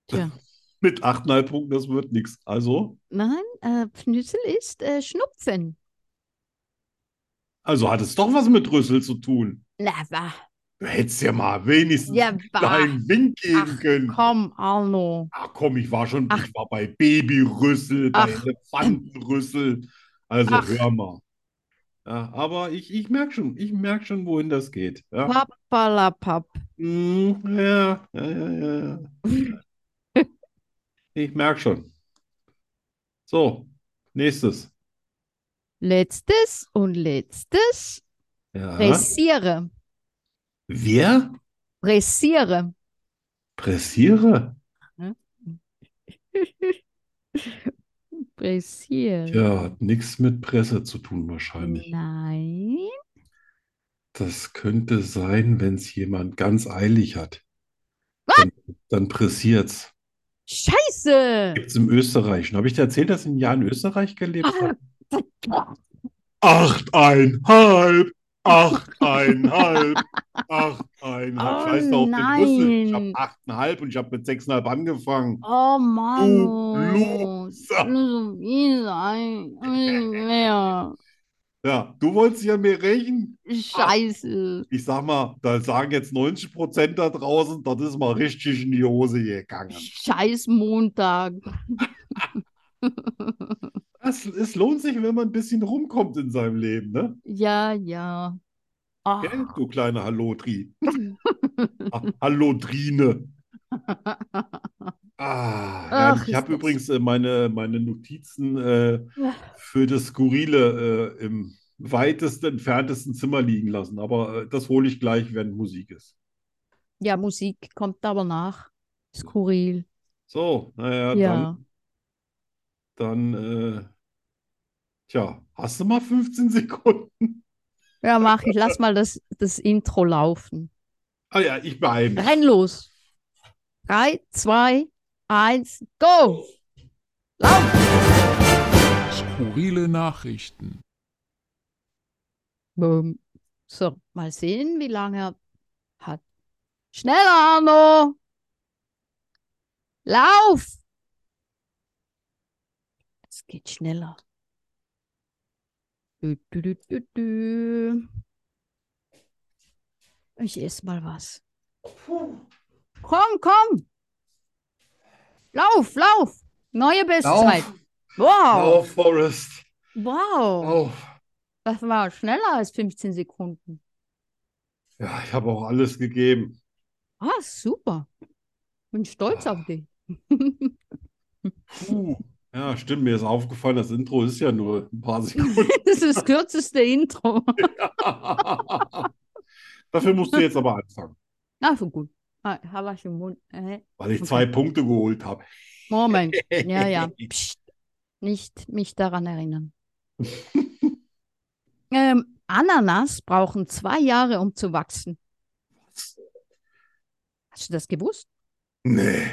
S2: Tja.
S1: mit 8,5 Punkten, das wird nichts. Also,
S2: Nein, äh, Pfnüssel ist äh, Schnupfen.
S1: also hat es doch was mit Rüssel zu tun.
S2: Na, wa,
S1: Du hättest ja mal wenigstens
S2: ja,
S1: einen
S2: wa.
S1: kleinen Wink geben
S2: Ach,
S1: können.
S2: Komm, Arno.
S1: Ach komm, ich war schon,
S2: Ach.
S1: ich war bei Babyrüssel, bei
S2: Ach.
S1: Elefantenrüssel. Also
S2: Ach.
S1: hör mal. Ja, aber ich, ich merke schon, ich merke schon, wohin das geht. Ja.
S2: Papalapap.
S1: Mm, ja, ja, ja, ja. ja. Ich merke schon. So, nächstes.
S2: Letztes und letztes.
S1: Ja.
S2: Pressiere.
S1: Wer?
S2: Pressiere.
S1: Pressiere?
S2: Pressiere.
S1: Ja, hat nichts mit Presse zu tun wahrscheinlich.
S2: Nein.
S1: Das könnte sein, wenn es jemand ganz eilig hat. Dann, dann pressiert's.
S2: Scheiße!
S1: Gibt es im Österreichischen. Habe ich dir erzählt, dass ich ein Jahr in Österreich gelebt habe? Achteinhalb! Achteinhalb! Achteinhalb!
S2: Oh
S1: Scheiß doch auf
S2: nein.
S1: den Rüssel. Ich habe achteinhalb und ich habe mit sechseinhalb angefangen.
S2: Oh Mann,
S1: Du
S2: oh, es
S1: Loser.
S2: kann nur so viel sein. Ich will nicht mehr.
S1: Ja, du wolltest ja mir rächen.
S2: Scheiße.
S1: Ich sag mal, da sagen jetzt 90 Prozent da draußen, das ist mal richtig in die Hose gegangen.
S2: Scheiß Montag.
S1: Das, es lohnt sich, wenn man ein bisschen rumkommt in seinem Leben, ne?
S2: Ja, ja. Ah,
S1: Gell, du kleine Hallotri. Ah, Hallotrine. Ah, ja,
S2: Ach,
S1: ich habe
S2: ist das-
S1: übrigens äh, meine, meine Notizen äh,
S2: Ja.
S1: für das Skurrile äh, im weitesten, entferntesten Zimmer liegen lassen. Aber äh, das hole ich gleich, wenn Musik ist.
S2: Ja, Musik kommt aber nach. Skurril.
S1: So, naja,
S2: Ja.
S1: dann, dann äh, tja, hast du mal 15 Sekunden?
S2: Ja, mach ich. Lass mal das, das Intro laufen.
S1: Ah ja, ich beeile mich.
S2: Renn los. Drei, zwei, eins, go! Lauf!
S3: Skurrile Nachrichten.
S2: Boom. Ähm, So, mal sehen, wie lange er hat. Schneller, Arno! Lauf! Es geht schneller. Dü, dü, dü, dü, dü. Ich esse mal was. Komm, komm! Lauf, lauf! Neue Bestzeit.
S1: Lauf,
S2: Wow!
S1: lauf, Forrest,
S2: Wow!
S1: lauf.
S2: Das war schneller als 15 Sekunden.
S1: Ja, ich habe auch alles gegeben.
S2: Ah, super. Bin stolz auf dich.
S1: Puh. Ja, stimmt, mir ist aufgefallen, das Intro ist ja nur ein paar Sekunden.
S2: Das ist das kürzeste Intro.
S1: Dafür musst du jetzt aber anfangen,
S2: Na, so gut. Ah, Habe ich im Mund. Äh,
S1: weil ich
S2: Okay.
S1: zwei Punkte geholt habe.
S2: Moment. Ja, ja. Psst. Nicht mich daran erinnern. Ähm, Ananas brauchen zwei Jahre, um zu wachsen. Hast du das gewusst?
S1: Nee,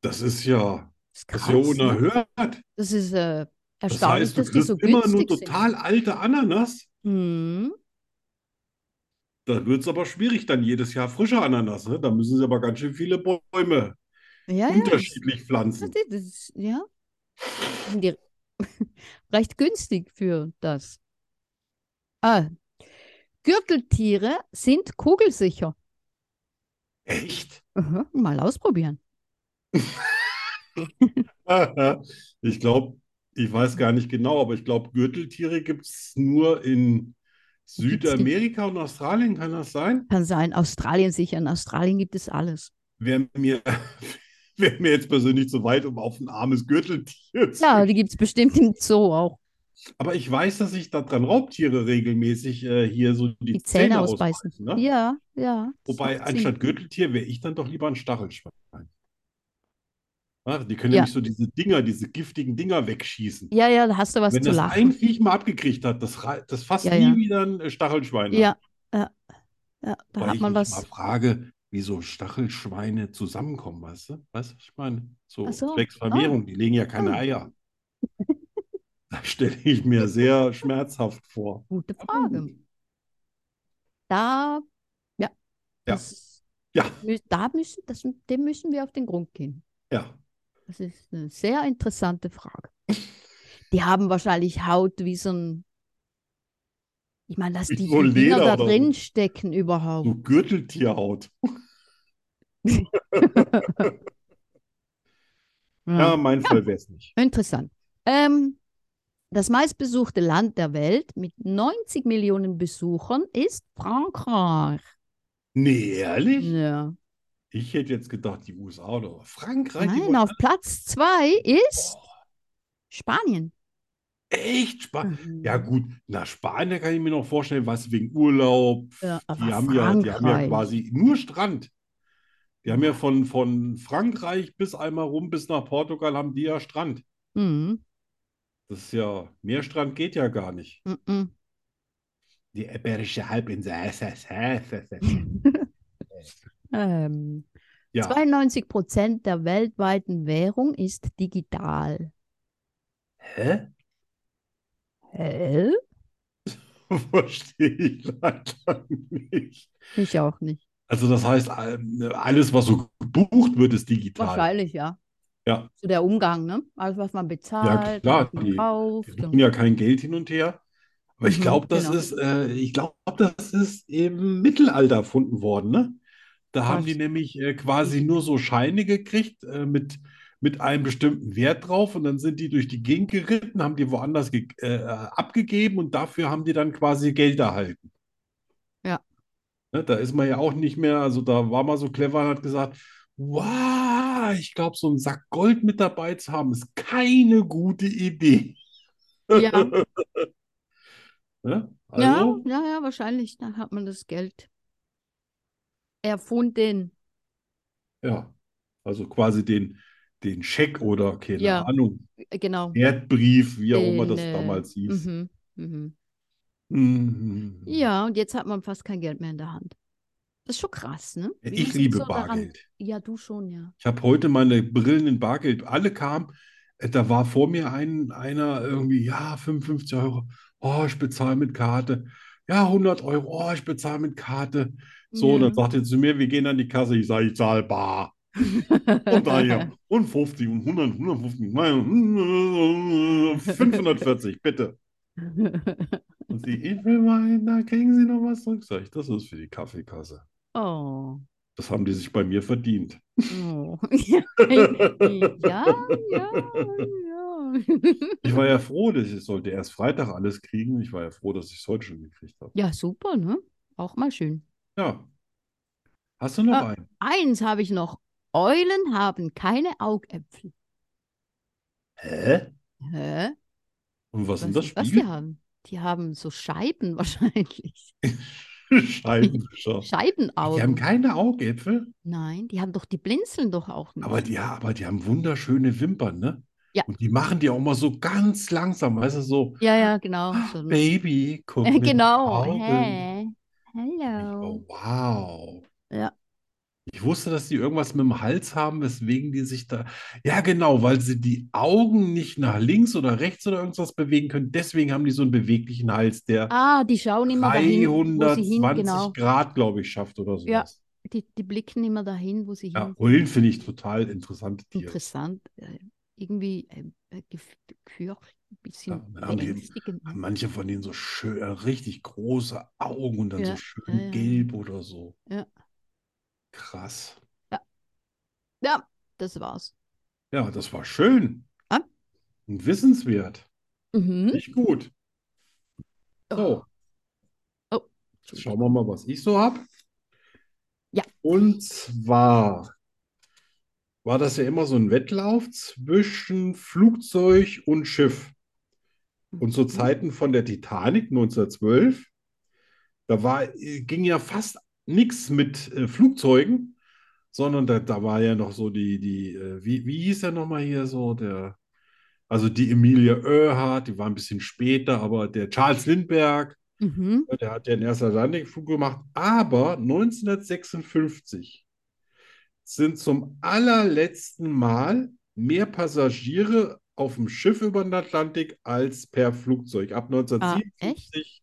S1: das ist ja,
S2: Das
S1: das ist
S2: ist krass.
S1: ja
S2: ne?
S1: unerhört.
S2: Das ist äh,
S1: Das
S2: erstaunlich,
S1: heißt, du
S2: dass die
S1: kriegst
S2: so
S1: immer nur
S2: günstig sind.
S1: total alte Ananas.
S2: Hm.
S1: Da wird es aber schwierig, dann jedes Jahr frische Ananas. Ne? Da müssen sie aber ganz schön viele Bäume
S2: Ja, ja. das-
S1: unterschiedlich pflanzen.
S2: Das ist, ja. Sind die recht günstig für das. Ah. Gürteltiere sind kugelsicher.
S1: Echt?
S2: Aha, mal ausprobieren.
S1: Ich glaube, ich weiß gar nicht genau, aber ich glaube, Gürteltiere gibt es nur in Südamerika und Australien, kann das sein?
S2: Kann sein, Australien sicher. In Australien gibt es alles.
S1: Wäre mir, wär mir jetzt persönlich zu weit, um auf ein armes Gürteltier zu.
S2: Ja, die gibt es bestimmt im Zoo auch.
S1: Aber ich weiß, dass sich da dran Raubtiere regelmäßig äh, hier so die
S2: Die Zähne
S1: Zähne
S2: ausbeißen.
S1: ausbeißen, ne?
S2: Ja, ja. das
S1: Wobei,
S2: macht Sinn.
S1: anstatt Gürteltier wäre ich dann doch lieber ein Stachelschwein. Ah, die können
S2: Ja.
S1: nämlich so diese Dinger, diese giftigen Dinger wegschießen.
S2: Ja, ja, da hast du was
S1: Wenn
S2: zu
S1: das
S2: lachen.
S1: ein Viech mal abgekriegt hat, das, rei- das fasst
S2: Ja,
S1: nie
S2: ja.
S1: wieder ein äh, Stachelschwein an.
S2: Ja, ja, ja, da
S1: Weil
S2: hat
S1: ich
S2: man
S1: mich
S2: was.
S1: mal frage, wieso Stachelschweine zusammenkommen, weißt du? Weißt du, was ich meine? So,
S2: Ach so.
S1: zwecks Vermehrung, die legen ja keine
S2: Ah.
S1: Eier. Das stelle ich mir sehr schmerzhaft vor.
S2: Gute Frage. Da, ja, das,
S1: Ja.
S2: mü- da müssen, das, dem müssen wir auf den Grund gehen.
S1: Ja.
S2: Das ist eine sehr interessante Frage. Die haben wahrscheinlich Haut wie so ein, ich meine, dass
S1: Wie
S2: die
S1: so
S2: die
S1: Leder
S2: Dinger da
S1: oder so.
S2: drin stecken überhaupt.
S1: So Gürteltierhaut. Ja,
S2: Ja,
S1: mein Fall wäre es nicht.
S2: interessant. Ähm, das meistbesuchte Land der Welt mit 90 Millionen Besuchern ist Frankreich.
S1: Nee, ehrlich?
S2: Ja.
S1: Ich hätte jetzt gedacht, die USA oder Frankreich, die
S2: Nein,
S1: wollen
S2: auf Platz zwei ist Spanien.
S1: echt Spaß. Ah,
S2: Mhm.
S1: Ja, gut, na, Spanien kann ich mir noch vorstellen, was wegen Urlaub.
S2: Mhm. Ja, aber
S1: Die haben ja, die haben ja
S2: Frankreich.
S1: quasi nur Strand. Die haben ja von, von Frankreich bis einmal rum bis nach Portugal haben die ja Strand.
S2: Mhm.
S1: Das ist ja, mehr Strand geht ja gar nicht.
S2: Mhm.
S1: Die Iberische Halbinsel.
S2: ähm,
S1: Ja.
S2: 92 Prozent der weltweiten Währung ist digital.
S1: Hä?
S2: Hä?
S1: Verstehe ich leider nicht.
S2: Ich auch nicht.
S1: Also das heißt, ähm, alles, was so gebucht wird, ist digital.
S2: Wahrscheinlich, ja.
S1: Ja.
S2: So der Umgang, ne? Alles, was man bezahlt,
S1: klar,
S2: was man
S1: die-
S2: kauft.
S1: Wir tun
S2: und-
S1: ja kein Geld hin und her. Aber ich
S2: genau.
S1: glaube,
S2: Mhm,
S1: das
S2: genau.
S1: ist, äh, ich glaube, das ist im Mittelalter erfunden worden, ne? Da haben
S2: Was?
S1: die nämlich äh, quasi nur so Scheine gekriegt äh, mit, mit einem bestimmten Wert drauf und dann sind die durch die Gegend geritten, haben die woanders ge äh, abgegeben und dafür haben die dann quasi Geld erhalten.
S2: Ja.
S1: Ne, da ist man ja auch nicht mehr, also da war man so clever und hat gesagt, wow, ich glaube, so einen Sack Gold mit dabei zu haben, ist keine gute Idee.
S2: Ja.
S1: Ne?
S2: Ja,
S1: Also,
S2: ja, ja, wahrscheinlich. Dann hat man das Geld erfunden.
S1: ja. Also quasi den, den Scheck oder keine
S2: Ja.
S1: Ahnung,
S2: Äh, Genau.
S1: Erdbrief, wie auch immer das
S2: Den, äh,
S1: damals hieß.
S2: Mhm, mhm.
S1: Mhm.
S2: Ja, und jetzt hat man fast kein Geld mehr in der Hand. Das ist schon krass, ne? Wie
S1: Ich
S2: man sich
S1: liebe
S2: so daran-
S1: Bargeld.
S2: Ja, du schon, ja.
S1: Ich habe heute meine Brillen in Bargeld. Alle kamen, äh, da war vor mir ein, einer irgendwie, ja, 55 Euro, oh, ich bezahle mit Karte. Ja, 100 Euro, oh, ich bezahle mit Karte. So,
S2: Ja.
S1: dann sagte er zu mir, wir gehen an die Kasse. Ich sage, ich zahle bar. Und daher, und 50 und 100, 150, nein, 540, bitte. Und sie, ich will meinen, da kriegen Sie noch was zurück. Sag ich, das ist für die Kaffeekasse.
S2: Oh.
S1: Das haben die sich bei mir verdient.
S2: oh. Ja, Äh, ja, ja.
S1: Ich
S2: Ähm.
S1: war ja froh, dass ich sollte erst Freitag alles kriegen. Ich war ja froh, dass ich es heute schon gekriegt habe.
S2: Ja, super, ne? Auch mal schön.
S1: Ja. Hast du noch
S2: Ah.
S1: einen?
S2: Eins habe ich noch. Eulen haben keine Augäpfel.
S1: Hä?
S2: Hä?
S1: Und was
S2: Was,
S1: sind das
S2: was die
S1: Spiel?
S2: haben? Die haben so Scheiben wahrscheinlich.
S1: Scheibenwischer. Oh. Die haben
S2: Scheibenaugen.
S1: keine Augäpfel,
S2: Nein, die haben doch, die blinzeln doch auch nicht.
S1: aber die, ja, aber die haben wunderschöne Wimpern, ne?
S2: Mhm. Ja.
S1: Und die machen die auch mal so ganz langsam, weißt du, so,
S2: ja, ja, genau. So ein-
S1: Ah, Baby, guck
S2: Äh,
S1: mir die
S2: genau.
S1: Augen.
S2: Hä?
S1: Ich,
S2: Hello.
S1: oh, wow.
S2: Ja.
S1: Ich wusste, dass die irgendwas mit dem Hals haben, weswegen die sich da. Ja, genau, weil sie die Augen nicht nach links oder rechts oder irgendwas bewegen können. Deswegen haben die so einen beweglichen Hals, der
S2: Ah, die schauen immer dahin, wo sie
S1: 320
S2: hin, genau.
S1: Grad, glaube ich, schafft oder
S2: Ja.
S1: sowas.
S2: Die, die blicken immer dahin, wo sie
S1: Ja,
S2: hin.
S1: Eulen finde ich total interessante Tiere.
S2: Interessant. Äh, irgendwie äh, äh, gef- gefürchtet, ein bisschen
S1: Ja, haben die-
S2: beängstigend.
S1: Haben
S2: ne?
S1: Manche von denen so schön, richtig große Augen und dann so
S2: Ja,
S1: schön
S2: ja, ja.
S1: gelb oder so.
S2: Ja.
S1: Krass.
S2: Ja, das war's.
S1: Ja, das war schön.
S2: Ja.
S1: Und wissenswert.
S2: Mhm.
S1: Nicht gut. So.
S2: Oh.
S1: Jetzt Schauen wir mal, was ich so habe.
S2: Ja.
S1: Und zwar war das ja immer so ein Wettlauf zwischen Flugzeug und Schiff. Und zu Zeiten von der Titanic 1912, da war, äh, ging ja fast nichts mit äh, Flugzeugen, sondern da, da war ja noch so die, die äh, wie, wie hieß der nochmal hier so, der, also die Emilia Earhart, die war ein bisschen später, aber der Charles Lindbergh, ne,
S2: Mhm.
S1: der hat ja den ersten Atlantikflug gemacht, aber 1956 sind zum allerletzten Mal mehr Passagiere auf dem Schiff über den Atlantik als per Flugzeug. Ab
S2: Ah,
S1: 1957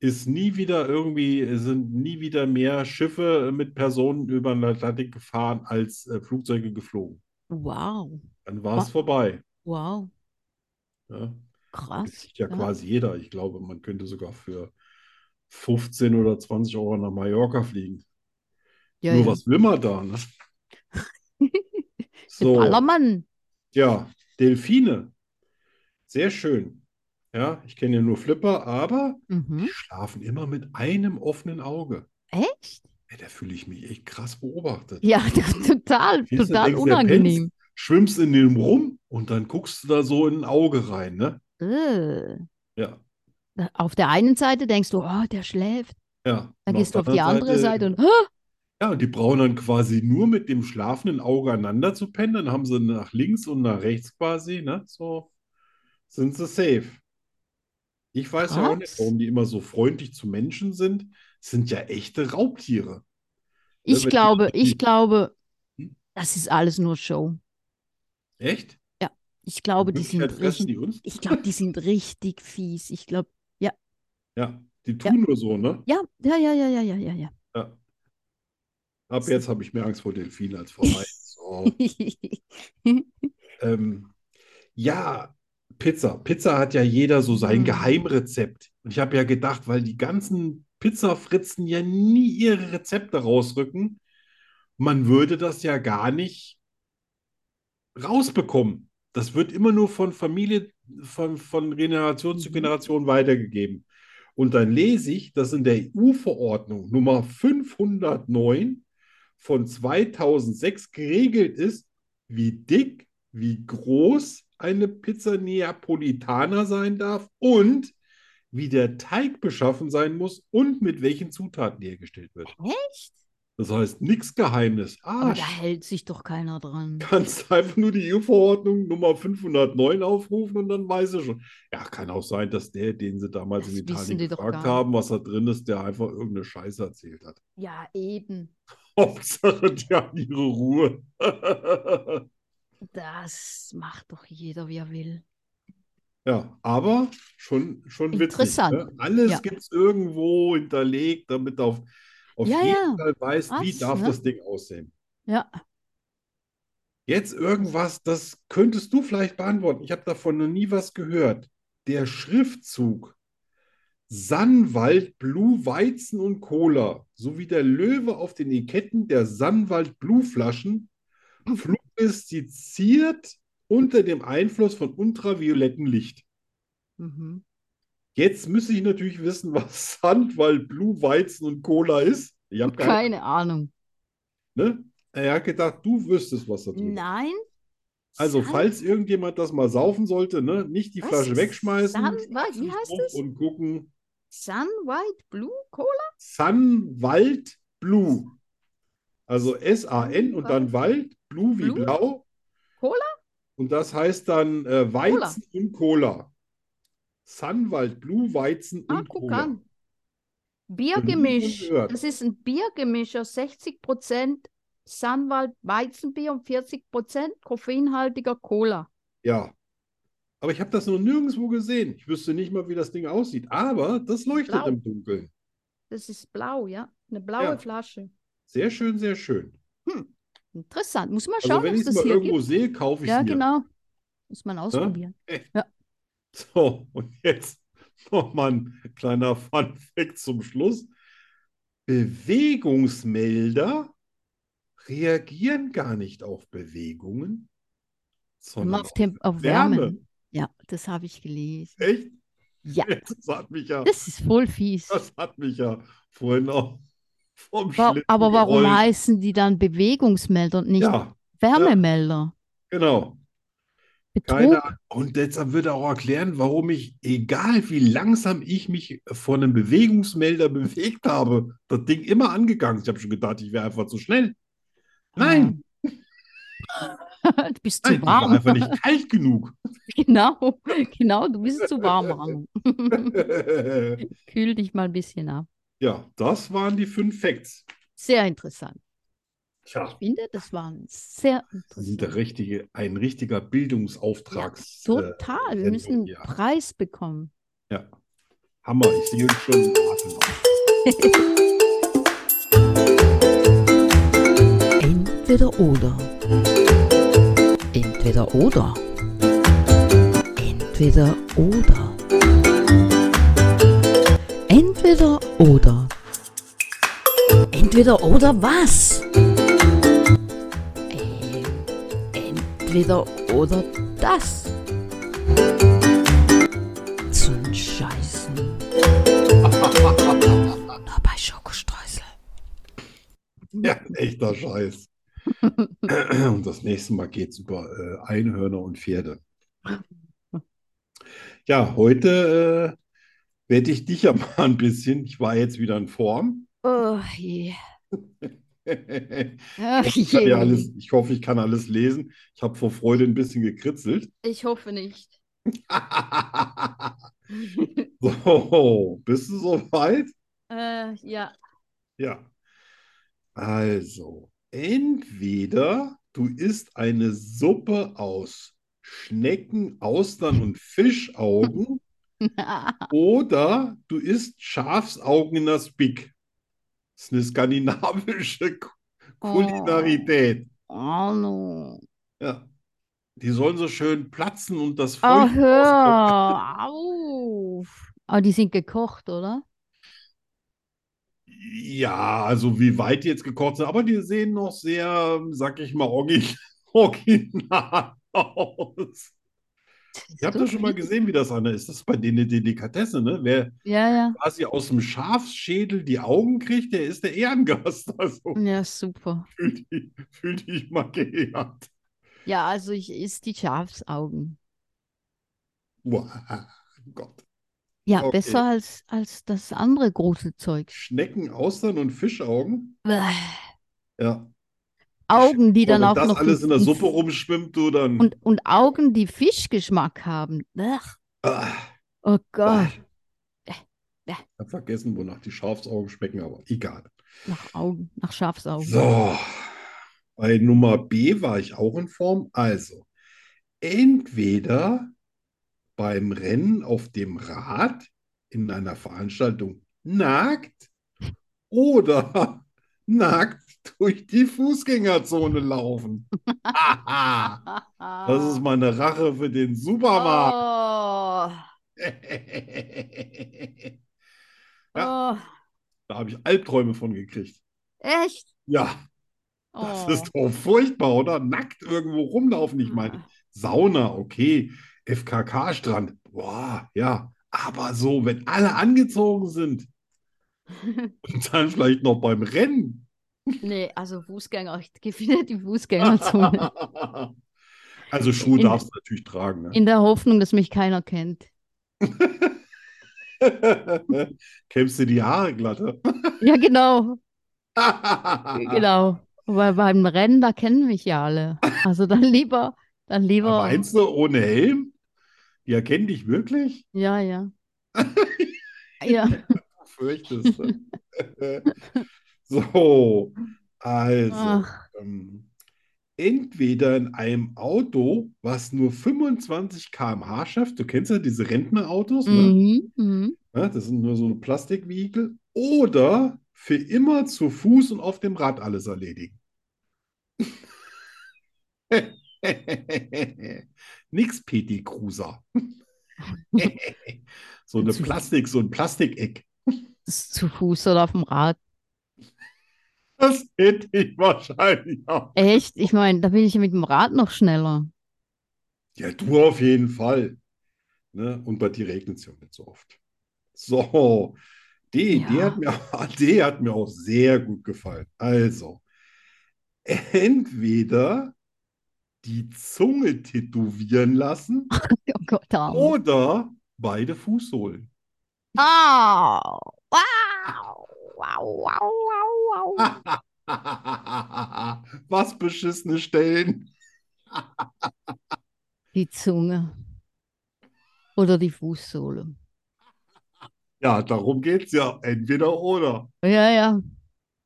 S1: ist nie wieder irgendwie, sind nie wieder mehr Schiffe mit Personen über den Atlantik gefahren als äh, Flugzeuge geflogen.
S2: Wow.
S1: Dann war es vorbei.
S2: Wow.
S1: Ja.
S2: Krass.
S1: Fliegt ja quasi jeder. Ich glaube, man könnte sogar für 15 oder 20 Euro nach Mallorca fliegen.
S2: Ja,
S1: Nur
S2: ja.
S1: was will man da, ne?
S2: Der
S1: So,
S2: Ballermann.
S1: ja, Delfine. Sehr schön. Ja, ich kenne ja nur Flipper, aber die
S2: Mhm.
S1: schlafen immer mit einem offenen Auge.
S2: Echt?
S1: Ey, da fühle ich mich echt krass beobachtet.
S2: Ja, total,
S1: Siehst du,
S2: total
S1: denkst, der pennt.
S2: unangenehm.
S1: Schwimmst in dem rum und dann guckst du da so in ein Auge rein, ne?
S2: Äh.
S1: Ja,
S2: Auf der einen Seite denkst du, oh, der schläft.
S1: ja.
S2: Dann
S1: Und
S2: gehst du auf die
S1: anderen
S2: andere Seite und,
S1: Ja, und die brauchen dann quasi nur mit dem schlafenden Auge aneinander zu pennen, dann haben sie nach links und nach rechts quasi, ne? So sind sie safe. Ich weiß ja auch nicht,
S2: Krass.
S1: warum die immer so freundlich zu Menschen sind. Das sind ja echte Raubtiere.
S2: Ich
S1: wenn die- Hm?
S2: glaube, ich glaube, Das ist alles nur Show.
S1: Echt?
S2: Ich glaube, die sind
S1: Möglichkeit halt fressen
S2: richtig,
S1: die uns?
S2: ich glaube, die sind richtig fies. Ich glaube,
S1: Ja, die tun nur so, ne?
S2: ja, ja, ja, ja, ja, ja, ja, ja.
S1: Ja. Ab jetzt habe ich mehr Angst vor Delfinen als vor Haien. So. Ähm, ja, Pizza. Pizza hat ja jeder so sein
S2: Mhm.
S1: Geheimrezept. Und ich habe ja gedacht, weil die ganzen Pizzafritzen ja nie ihre Rezepte rausrücken, man würde das ja gar nicht rausbekommen. Das wird immer nur von Familie, von, von Generation zu
S2: Mhm.
S1: Generation weitergegeben. Und dann lese ich, dass in der EU-Verordnung Nummer 509 von 2006 geregelt ist, wie dick, wie groß eine Pizza Neapolitana sein darf und wie der Teig beschaffen sein muss und mit welchen Zutaten hergestellt wird.
S2: Echt?
S1: Das heißt, nichts Geheimnis.
S2: Aber
S1: Ah,
S2: da hält sich doch keiner dran.
S1: kannst einfach nur die EU-Verordnung Nummer 509 aufrufen und dann weiß er schon. Ja, kann auch sein, dass der, den sie damals
S2: Das
S1: in
S2: wissen
S1: Italien
S2: die doch
S1: gefragt
S2: gar nicht.
S1: haben, was da drin ist, der einfach irgendeine Scheiße erzählt hat.
S2: Ja, eben.
S1: Hauptsache, die haben ihre Ruhe.
S2: Das macht doch jeder, wie er will.
S1: Ja, aber schon, schon witzig,
S2: Interessant.
S1: ne? Alles
S2: Ja.
S1: gibt es irgendwo hinterlegt, damit du auf, auf
S2: Ja,
S1: jeden
S2: ja.
S1: Fall weißt, wie
S2: Was,
S1: darf
S2: ne?
S1: das Ding aussehen.
S2: Ja.
S1: Jetzt irgendwas, das könntest du vielleicht beantworten. Ich habe davon noch nie was gehört. Der Schriftzug Sannwald, Blue, Weizen und Cola sowie der Löwe auf den Etiketten der Sannwald Blue Flaschen
S2: Hm.
S1: fluoresziert unter dem Einfluss von ultraviolettem Licht.
S2: Mhm.
S1: Jetzt müsste ich natürlich wissen, was Sandwald, Blue, Weizen und Cola ist. Ich habe keine,
S2: Keine Ahnung.
S1: ne? Er hat gedacht, du wüsstest, was da drin ist.
S2: Nein.
S1: Also,
S2: Sand-
S1: falls irgendjemand das mal saufen sollte, ne? Nicht die
S2: Was?
S1: Flasche wegschmeißen,
S2: San- wa- wie
S1: Flaschen
S2: heißt
S1: drauf
S2: es?
S1: und gucken.
S2: Sun White Blue Cola?
S1: Sunwald Blue. Also S-A-N und dann Wald, Blue wie
S2: Blue?
S1: blau.
S2: Cola?
S1: Und das heißt dann äh, Weizen und Cola. Sunwald Blue, Weizen
S2: Ah,
S1: und
S2: guck
S1: Cola.
S2: an.
S1: von
S2: Biergemisch.
S1: gehört.
S2: Das ist ein Biergemisch aus 60% Sanwald Weizenbier und 40% koffeinhaltiger Cola.
S1: Ja. Aber ich habe das noch nirgendwo gesehen. Ich wüsste nicht mal, wie das Ding aussieht. Aber das leuchtet
S2: Blau.
S1: im Dunkeln.
S2: Das ist blau, ja? Eine blaue
S1: Ja.
S2: Flasche.
S1: Sehr schön, sehr schön.
S2: Interessant. Muss man
S1: Also,
S2: schauen,
S1: wenn
S2: ob
S1: ich es
S2: das
S1: mal
S2: hier
S1: irgendwo
S2: gibt.
S1: sehe, kaufe ich es
S2: Ja,
S1: mir.
S2: genau. Muss man ausprobieren.
S1: So, und jetzt nochmal ein kleiner Fun-Fact zum Schluss. Bewegungsmelder reagieren gar nicht auf Bewegungen, sondern
S2: Immer auf,
S1: auf
S2: Tem auf
S1: Wärme.
S2: Wärme. Ja, das habe ich gelesen.
S1: Echt?
S2: Ja,
S1: Das hat mich ja,
S2: das ist voll fies.
S1: das hat mich ja vorhin auch vom
S2: Wa-
S1: Schlitten
S2: Aber warum
S1: gerollt.
S2: heißen die dann Bewegungsmelder und nicht
S1: Ja,
S2: Wärmemelder?
S1: genau.
S2: Betrug?
S1: Keine Ahnung. Und deshalb wird er auch erklären, warum ich, egal wie langsam ich mich vor einem Bewegungsmelder bewegt habe, das Ding immer angegangen ist. Ich habe schon gedacht, ich wäre einfach zu schnell. Nein,
S2: Ah. Du bist
S1: nein,
S2: zu
S1: ich war
S2: Hm, warm.
S1: einfach nicht kalt genug.
S2: Genau, genau, du bist zu warm, Arno. Kühl dich mal ein bisschen ab.
S1: Ja, das waren die fünf Facts.
S2: Sehr interessant. Ich
S1: Tja,
S2: finde, das war ein sehr
S1: das sind der
S2: interessant.
S1: richtige, ein richtiger Bildungsauftrags. äh,
S2: Total, wir müssen
S1: Sendung,
S2: einen
S1: ja.
S2: Preis bekommen.
S1: Ja. Hammer, ich sehe uns schon im Atem.
S4: Entweder oder. Entweder oder. Entweder oder. Entweder oder. Entweder oder was? Ähm, entweder oder das. Zum Scheißen. Nur bei Schokostreusel.
S1: Ja, echter Scheiß. Und das nächste Mal geht es über äh, Einhörner und Pferde. Ja, heute äh, werde ich dich ja mal ein bisschen. Ich war jetzt wieder in Form.
S2: Oh je.
S1: Ich
S2: Ach
S1: hoffe, ich kann ja
S2: Oh, je.
S1: alles, ich hoffe, ich kann alles lesen. Ich habe vor Freude ein bisschen gekritzelt.
S2: Ich hoffe nicht.
S1: So, bist du soweit?
S2: äh, ja.
S1: Ja. Also, entweder Du isst eine Suppe aus Schnecken, Austern und Fischaugen oder du isst Schafsaugen in das Big. Das ist eine skandinavische Ku- Kulinarität.
S2: Arno.
S1: Ja. Die sollen so schön platzen und das
S2: Oh,
S1: Feuer ausdrücken.
S2: hör auf. Aber die sind gekocht, oder?
S1: Ja, also wie weit die jetzt gekocht sind, aber die sehen noch sehr, sag ich mal, orgi- original aus. Ich habe
S2: So
S1: das schon mal
S2: viel.
S1: gesehen, wie das einer ist. Das ist bei denen eine Delikatesse, ne? Wer
S2: Ja, ja.
S1: quasi aus dem Schafsschädel die Augen kriegt, der ist der Ehrengast. Also
S2: Ja, super.
S1: fühl dich, fühl dich mal geehrt.
S2: Ja, also ich isst die Schafsaugen.
S1: Wow, Gott.
S2: Ja,
S1: Okay.
S2: besser als, als das andere große Zeug.
S1: Schnecken, Austern und Fischaugen?
S2: Bäh.
S1: Ja.
S2: Augen, die dann
S1: Aber Oh, wenn
S2: auch
S1: das
S2: noch
S1: alles
S2: die-
S1: in der
S2: die-
S1: Suppe rumschwimmt, du dann.
S2: und, und Augen, die Fischgeschmack haben. Bäh.
S1: Ah.
S2: Oh Gott,
S1: Ich habe vergessen, wonach die Schafsaugen schmecken, aber egal.
S2: nach Augen, nach Schafsaugen.
S1: So, bei Nummer B war ich auch in Form. Also, entweder beim Rennen auf dem Rad in einer Veranstaltung nackt oder nackt durch die Fußgängerzone laufen. Haha, das ist meine Rache für den Supermarkt.
S2: Oh,
S1: Ja,
S2: oh,
S1: da habe ich Albträume von gekriegt.
S2: echt?
S1: Ja. Das
S2: Oh.
S1: ist doch furchtbar, oder? Nackt irgendwo rumlaufen. Ich meine, Sauna, okay. FKK-Strand, boah, ja. Aber so, wenn alle angezogen sind und dann vielleicht noch beim Rennen.
S2: Nee, also Fußgänger, ich gefühle die Fußgängerzone.
S1: Also Schuhe
S2: ne. In-
S1: darfst du natürlich tragen. Ne?
S2: In der Hoffnung, dass mich keiner kennt.
S1: Kämmst du die Haare ne? glatte?
S2: Ja, genau,
S1: Ah.
S2: genau. Weil beim Rennen, da kennen mich ja alle. Also dann lieber, dann lieber.
S1: Aber meinst du, ohne Helm? Die erkennen dich wirklich?
S2: Ja, ja. Ja.
S1: Fürchtest du? So, also.
S2: Ach,
S1: ähm, entweder in einem Auto, was nur 25 km/h schafft. Du kennst ja diese Rentnerautos, ne?
S2: mhm, mhm.
S1: Ja, das sind nur so Plastikvehikel. Oder für immer zu Fuß und auf dem Rad alles erledigen. Nix PT Cruiser. so eine Plastik, so ein Plastikeck.
S2: Das ist zu Fuß oder auf dem Rad.
S1: Das hätte ich wahrscheinlich auch.
S2: Echt? Ich meine, da bin ich ja mit dem Rad noch schneller.
S1: Ja, du auf jeden Fall. Ne? Und bei dir regnet es ja nicht so oft. So, die, die
S2: Ja.
S1: hat mir, die hat mir auch sehr gut gefallen. Also, entweder die Zunge tätowieren lassen
S2: Oh Gott, Arno.
S1: oder beide Fußsohlen.
S2: Au! Oh, Wow! Wow, wow, wow, wow.
S1: Was beschissene Stellen.
S2: Die Zunge. Oder die Fußsohle.
S1: Ja, darum geht es ja. Entweder oder.
S2: Ja, ja.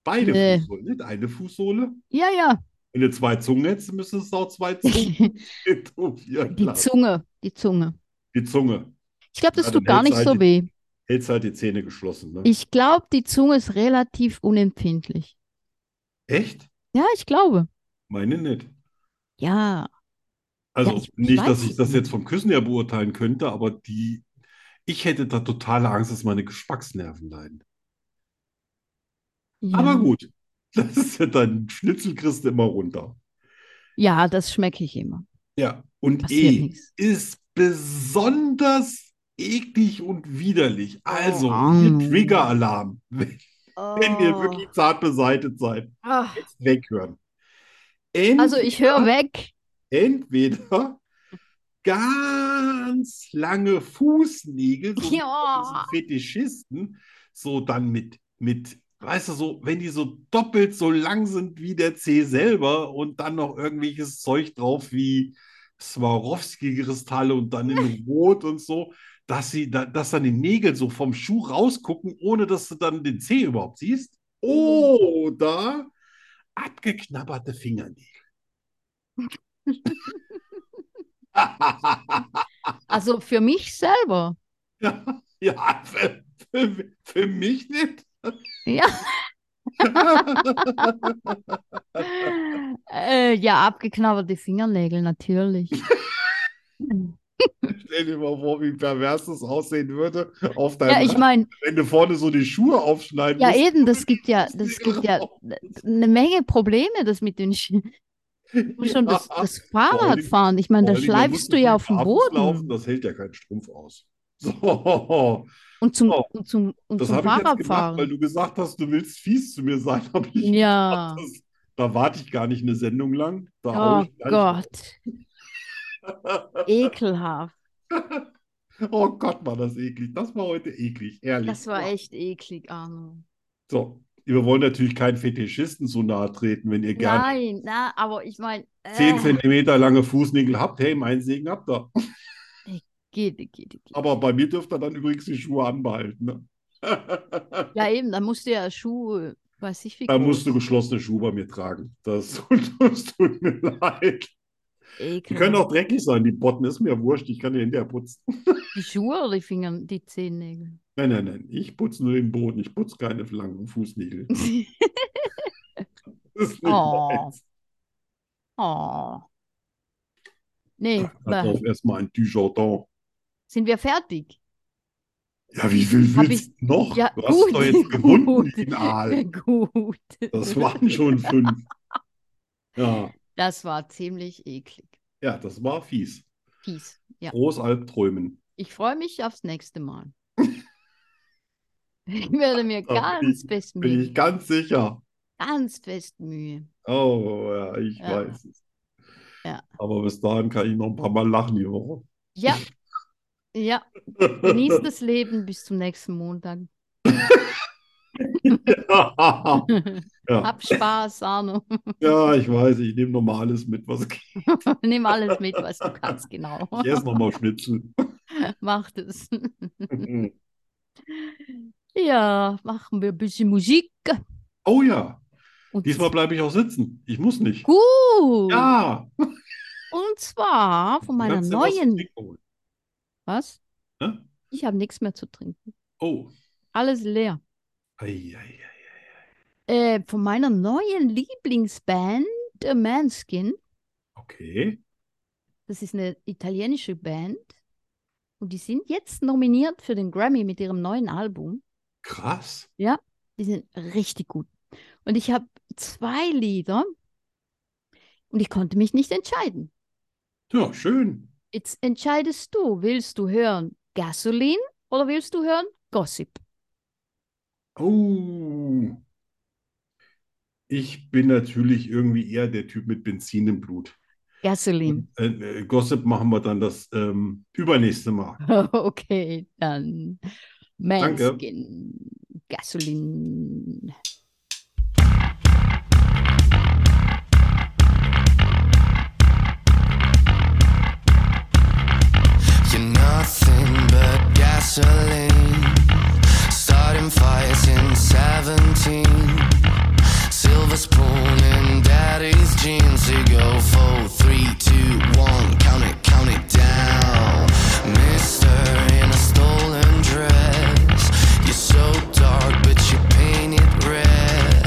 S1: Beide
S2: Nee.
S1: Fußsohlen, nicht eine Fußsohle.
S2: Ja, ja.
S1: Wenn du zwei Zungen hättest, müsstest du auch zwei Zungen tätowieren
S2: Die
S1: lassen.
S2: Zunge. Die Zunge.
S1: Die Zunge.
S2: Ich glaube, das
S1: Ja,
S2: tut
S1: dann
S2: gar
S1: hältst
S2: nicht
S1: du
S2: so
S1: halt
S2: weh.
S1: Hältst halt die Zähne geschlossen, ne?
S2: Ich glaube, die Zunge ist relativ unempfindlich.
S1: Echt?
S2: Ja, ich glaube.
S1: Meine nicht.
S2: Ja.
S1: Also
S2: ich- ich
S1: nicht, dass
S2: weiß
S1: ich
S2: es
S1: das
S2: nicht.
S1: jetzt vom Küssen her beurteilen könnte, aber die, ich hätte da totale Angst, dass meine Geschmacksnerven leiden.
S2: Ja,
S1: Aber gut, das ist ja dann Schnitzel kriegst du immer runter.
S2: ja das schmecke ich immer.
S1: Ja. Und
S2: Passiert
S1: E
S2: nichts.
S1: ist besonders eklig und widerlich. Also,
S2: Oh.
S1: hier Trigger-Alarm, wenn ihr wirklich zart beseitet seid.
S2: Ach.
S1: weghören.
S2: Also ich höre weg.
S1: Entweder ganz lange Fußnägel, so wie bei diesen
S2: Ja.
S1: Fetischisten, so dann mit, mit, weißt du, so, wenn die so doppelt so lang sind wie der C selber und dann noch irgendwelches Zeug drauf wie Swarovski-Kristalle und dann in Rot und so, dass sie da, dass dann die Nägel so vom Schuh rausgucken, ohne dass du dann den Zeh überhaupt siehst. Oder abgeknabberte Fingernägel.
S2: Also für mich selber.
S1: ja, für, für, für mich nicht.
S2: Ja. äh, ja, abgeknabberte Fingernägel, natürlich.
S1: Stell dir mal vor, wie pervers das aussehen würde auf deinem
S2: Ja, ich meine,
S1: wenn du vorne so die Schuhe aufschneiden
S2: ja
S1: musst.
S2: eben, das gibt ja, das gibt ja eine Menge Probleme, das mit den Sch Muss schon das,
S1: Ja.
S2: das
S1: Vor allen
S2: Fahrrad
S1: Dingen-
S2: fahren. Ich meine,
S1: Vor
S2: da
S1: allen Dingen, da musst
S2: schleifst du
S1: viel
S2: ja auf dem
S1: barfuß
S2: Boden.
S1: Laufen, das hält ja kein Strumpf aus. So,
S2: Und zum,
S1: Oh.
S2: und zum, und
S1: das
S2: zum
S1: habe ich jetzt gemacht, weil
S2: Fahrradfahren.
S1: du gesagt hast, du willst fies zu mir sein. Hab ich
S2: Ja.
S1: das, da warte ich gar nicht eine Sendung lang. Da hau
S2: Oh
S1: ich gleich-
S2: Gott. Ekelhaft.
S1: Oh Gott, war das eklig. Das war heute eklig, ehrlich.
S2: Das war
S1: Ja.
S2: echt eklig, Arno.
S1: So, wir wollen natürlich keinen Fetischisten zu nahe treten, wenn ihr gerne
S2: Nein, na, aber ich meine,
S1: 10
S2: äh,
S1: Zentimeter lange Fußnägel habt, hey, mein Segen habt ihr.
S2: geht, geht, geht.
S1: Aber bei mir dürft ihr dann übrigens die Schuhe anbehalten. Ne?
S2: Ja, eben, dann musst du ja Schuhe, weiß ich wie
S1: Da
S2: groß.
S1: musst du geschlossene Schuhe bei mir tragen. Das tut, das tut mir leid. Die können
S2: Ekelhaft.
S1: auch dreckig sein, die Botten, ist mir wurscht, ich kann die hinterher putzen.
S2: Die Schuhe oder die Finger, die Zehennägel?
S1: Nein, nein, nein, ich putze nur den Boden, ich putze keine langen Fußnägel. Das ist nicht
S2: Oh.
S1: meins.
S2: Oh. Nee,
S1: Hat
S2: bah.
S1: auf erstmal ein Dujardin.
S2: sind wir fertig?
S1: Ja, wie viel
S2: Hab
S1: willst du noch?
S2: Ja,
S1: Du hast
S2: gut,
S1: doch jetzt gewunden,
S2: gut,
S1: den Aal.
S2: gut.
S1: Das waren schon fünf. Ja,
S2: Das war ziemlich eklig.
S1: ja, das war fies.
S2: Peace. Ja,
S1: Großalbträumen.
S2: ich freue mich aufs nächste Mal. Ich werde mir
S1: Da bin
S2: ganz
S1: ich-
S2: fest
S1: Bin
S2: Mühe,
S1: ich ganz sicher.
S2: ganz fest Mühe.
S1: Oh, ja, ich
S2: Ja.
S1: weiß es.
S2: Ja.
S1: Aber bis dahin kann ich noch ein paar Mal lachen die Woche.
S2: Ja, ja. Genießt das Leben bis zum nächsten Montag.
S1: ja.
S2: Hab Spaß, Arno.
S1: ja, ich weiß, ich nehme nochmal alles mit, was geht.
S2: Nimm alles mit, was du kannst, genau.
S1: Ich esse nochmal Schnitzel.
S2: Mach das. Ja, machen wir ein bisschen Musik.
S1: oh ja,
S2: Und
S1: diesmal bleibe ich auch sitzen. Ich muss nicht.
S2: gut.
S1: Ja,
S2: Und zwar von meiner
S1: Kannst du was zu
S2: neuen.
S1: trinken holen?
S2: Was?
S1: Ne?
S2: Ich habe nichts mehr zu trinken.
S1: Oh,
S2: Alles leer.
S1: ei, ei, ei.
S2: Äh, von meiner neuen Lieblingsband, äh, Manskin.
S1: okay.
S2: Das ist eine italienische Band. Und die sind jetzt nominiert für den Grammy mit ihrem neuen Album.
S1: Krass.
S2: Die sind richtig gut. Und ich habe zwei Lieder und ich konnte mich nicht entscheiden.
S1: Ja, schön.
S2: Jetzt entscheidest du, willst du hören Gasoline oder willst du hören Gossip?
S1: Oh. Ich bin natürlich irgendwie eher der Typ mit Benzin im Blut.
S2: Gasoline.
S1: Äh, äh, Gossip machen wir dann das ähm, übernächste Mal.
S2: Okay, dann
S1: Mhm. Danke.
S2: Manskin, Gasoline.
S5: You're nothing but gasoline. Starting fires in 17. Silver spoon in daddy's jeans. You go four, three, two, one. Count it, count it down. Mister in a stolen dress. You're so dark, but you paint it red.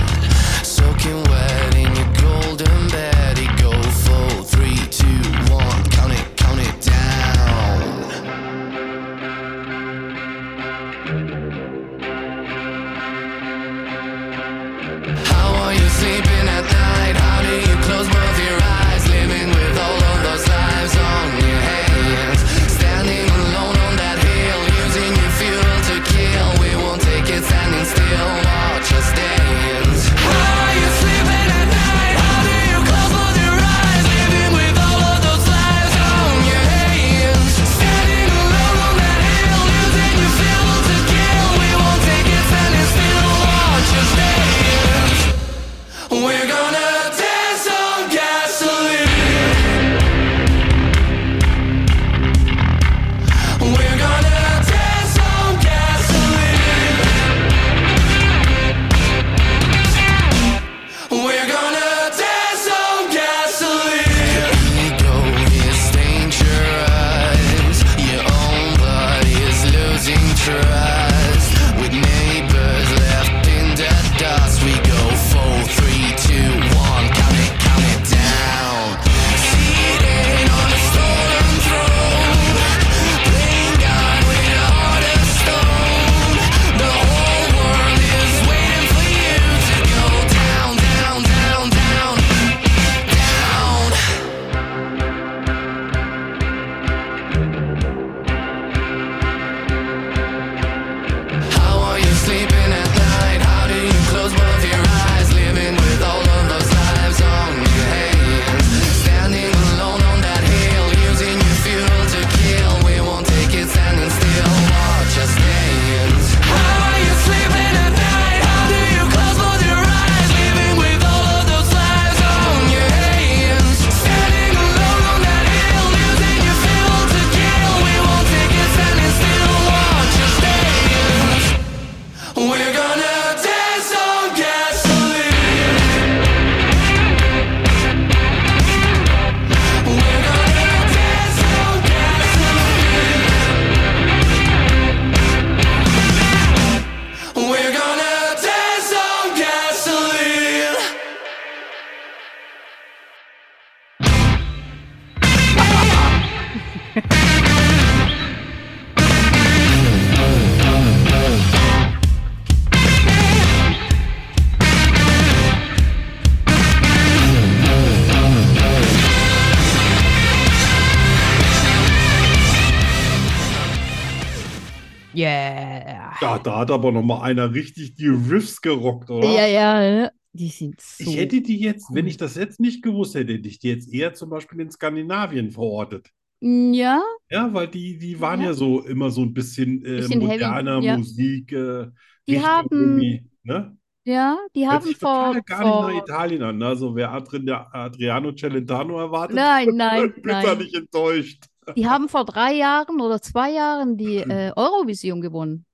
S2: Yeah.
S1: Ja, da hat aber noch mal einer richtig die Riffs gerockt, oder?
S2: Ja, ja, ne? Die sind so.
S1: Ich hätte die jetzt, wenn ich das jetzt nicht gewusst hätte, hätte ich die jetzt eher zum Beispiel in Skandinavien verortet.
S2: ja,
S1: Ja, weil die, die waren
S2: Ja.
S1: ja so immer so ein bisschen äh,
S2: Bisschen heavy,
S1: moderner
S2: ja.
S1: Musik, äh,
S2: Die
S1: Richtung
S2: haben-
S1: irgendwie, ne?
S2: ja, die
S1: Hört
S2: haben
S1: sich
S2: vor,
S1: total gar
S2: vor
S1: nicht nach Italien an, ne? Also wer Adri- Adriano Celentano erwartet,
S2: Nein, nein,
S1: wird da
S2: nein.
S1: nicht enttäuscht.
S2: Die haben vor drei Jahren oder zwei Jahren die
S1: Hm.
S2: äh, Eurovision gewonnen.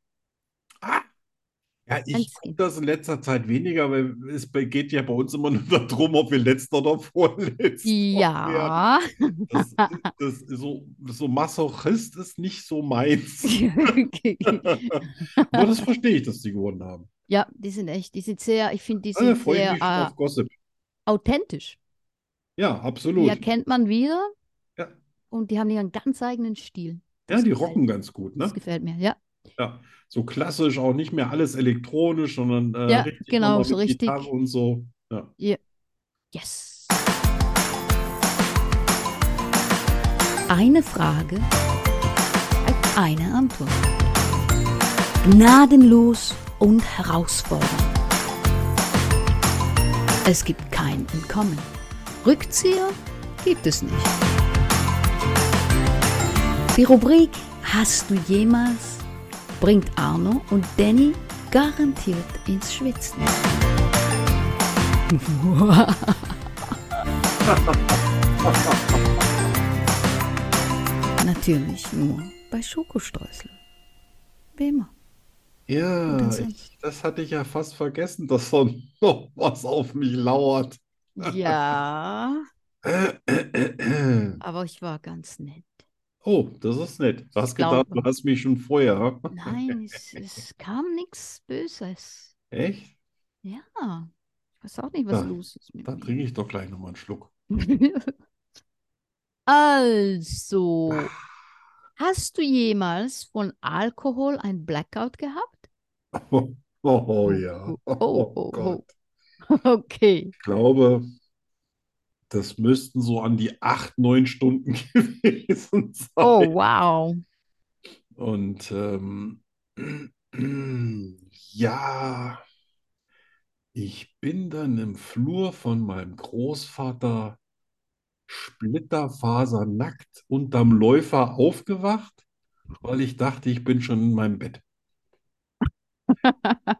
S1: Ja, ich
S2: Ganz
S1: gucke das in letzter Zeit weniger, weil es be- geht ja bei uns immer nur darum, ob wir letzter oder vorletzter werden.
S2: Ja.
S1: Das, das ist so, so Masochist ist nicht so meins. Aber das verstehe ich, dass die gewonnen haben.
S2: ja, die sind echt, die sind sehr, ich finde, die
S1: Alle
S2: sind
S1: freuen
S2: sehr
S1: sich
S2: äh,
S1: auf Gossip.
S2: authentisch.
S1: Ja,
S2: Die
S1: absolut.
S2: erkennt man wieder
S1: Ja.
S2: und die haben ihren ganz eigenen Stil.
S1: Ja,
S2: das
S1: die
S2: gefällt
S1: rocken ganz gut,
S2: Das
S1: ne?
S2: gefällt mir, ja.
S1: Ja, so klassisch, auch nicht mehr alles elektronisch, sondern äh,
S2: Ja,
S1: richtig
S2: genau,
S1: nochmal
S2: so
S1: mit
S2: richtig.
S1: Gitarre und so. Ja.
S2: Yes.
S4: Eine Frage, eine Antwort. Gnadenlos und herausfordernd. Es gibt kein Entkommen. Rückzieher gibt es nicht. Die Rubrik Hast du jemals bringt Arno und Danny garantiert ins Schwitzen. Natürlich nur bei Schokostreuseln. Wie immer.
S1: Ja,
S4: Und dann
S1: ich, das hatte ich ja fast vergessen, dass da noch was auf mich lauert.
S2: Ja,
S1: Äh,
S2: aber ich war ganz nett.
S1: Oh, das ist nett. Du hast
S2: Ich
S1: gedacht,
S2: glaube-
S1: du hast mich schon vorher. hä?
S2: Nein, es, es kam nichts Böses.
S1: Echt?
S2: Ja, ich weiß auch nicht, was
S1: Dann-
S2: los ist mit
S1: Dann
S2: mir.
S1: trinke ich doch gleich nochmal einen Schluck.
S2: Also, hast du jemals von Alkohol ein Blackout gehabt?
S1: Oh, oh ja.
S2: Oh, oh, oh.
S1: Gott.
S2: Okay.
S1: Ich glaube, das müssten so an die acht, neun Stunden gewesen
S2: Oh,
S1: sein.
S2: wow.
S1: Und ähm, ja, ich bin dann im Flur von meinem Großvater splitterfasernackt unterm Läufer aufgewacht, weil ich dachte, ich bin schon in meinem Bett.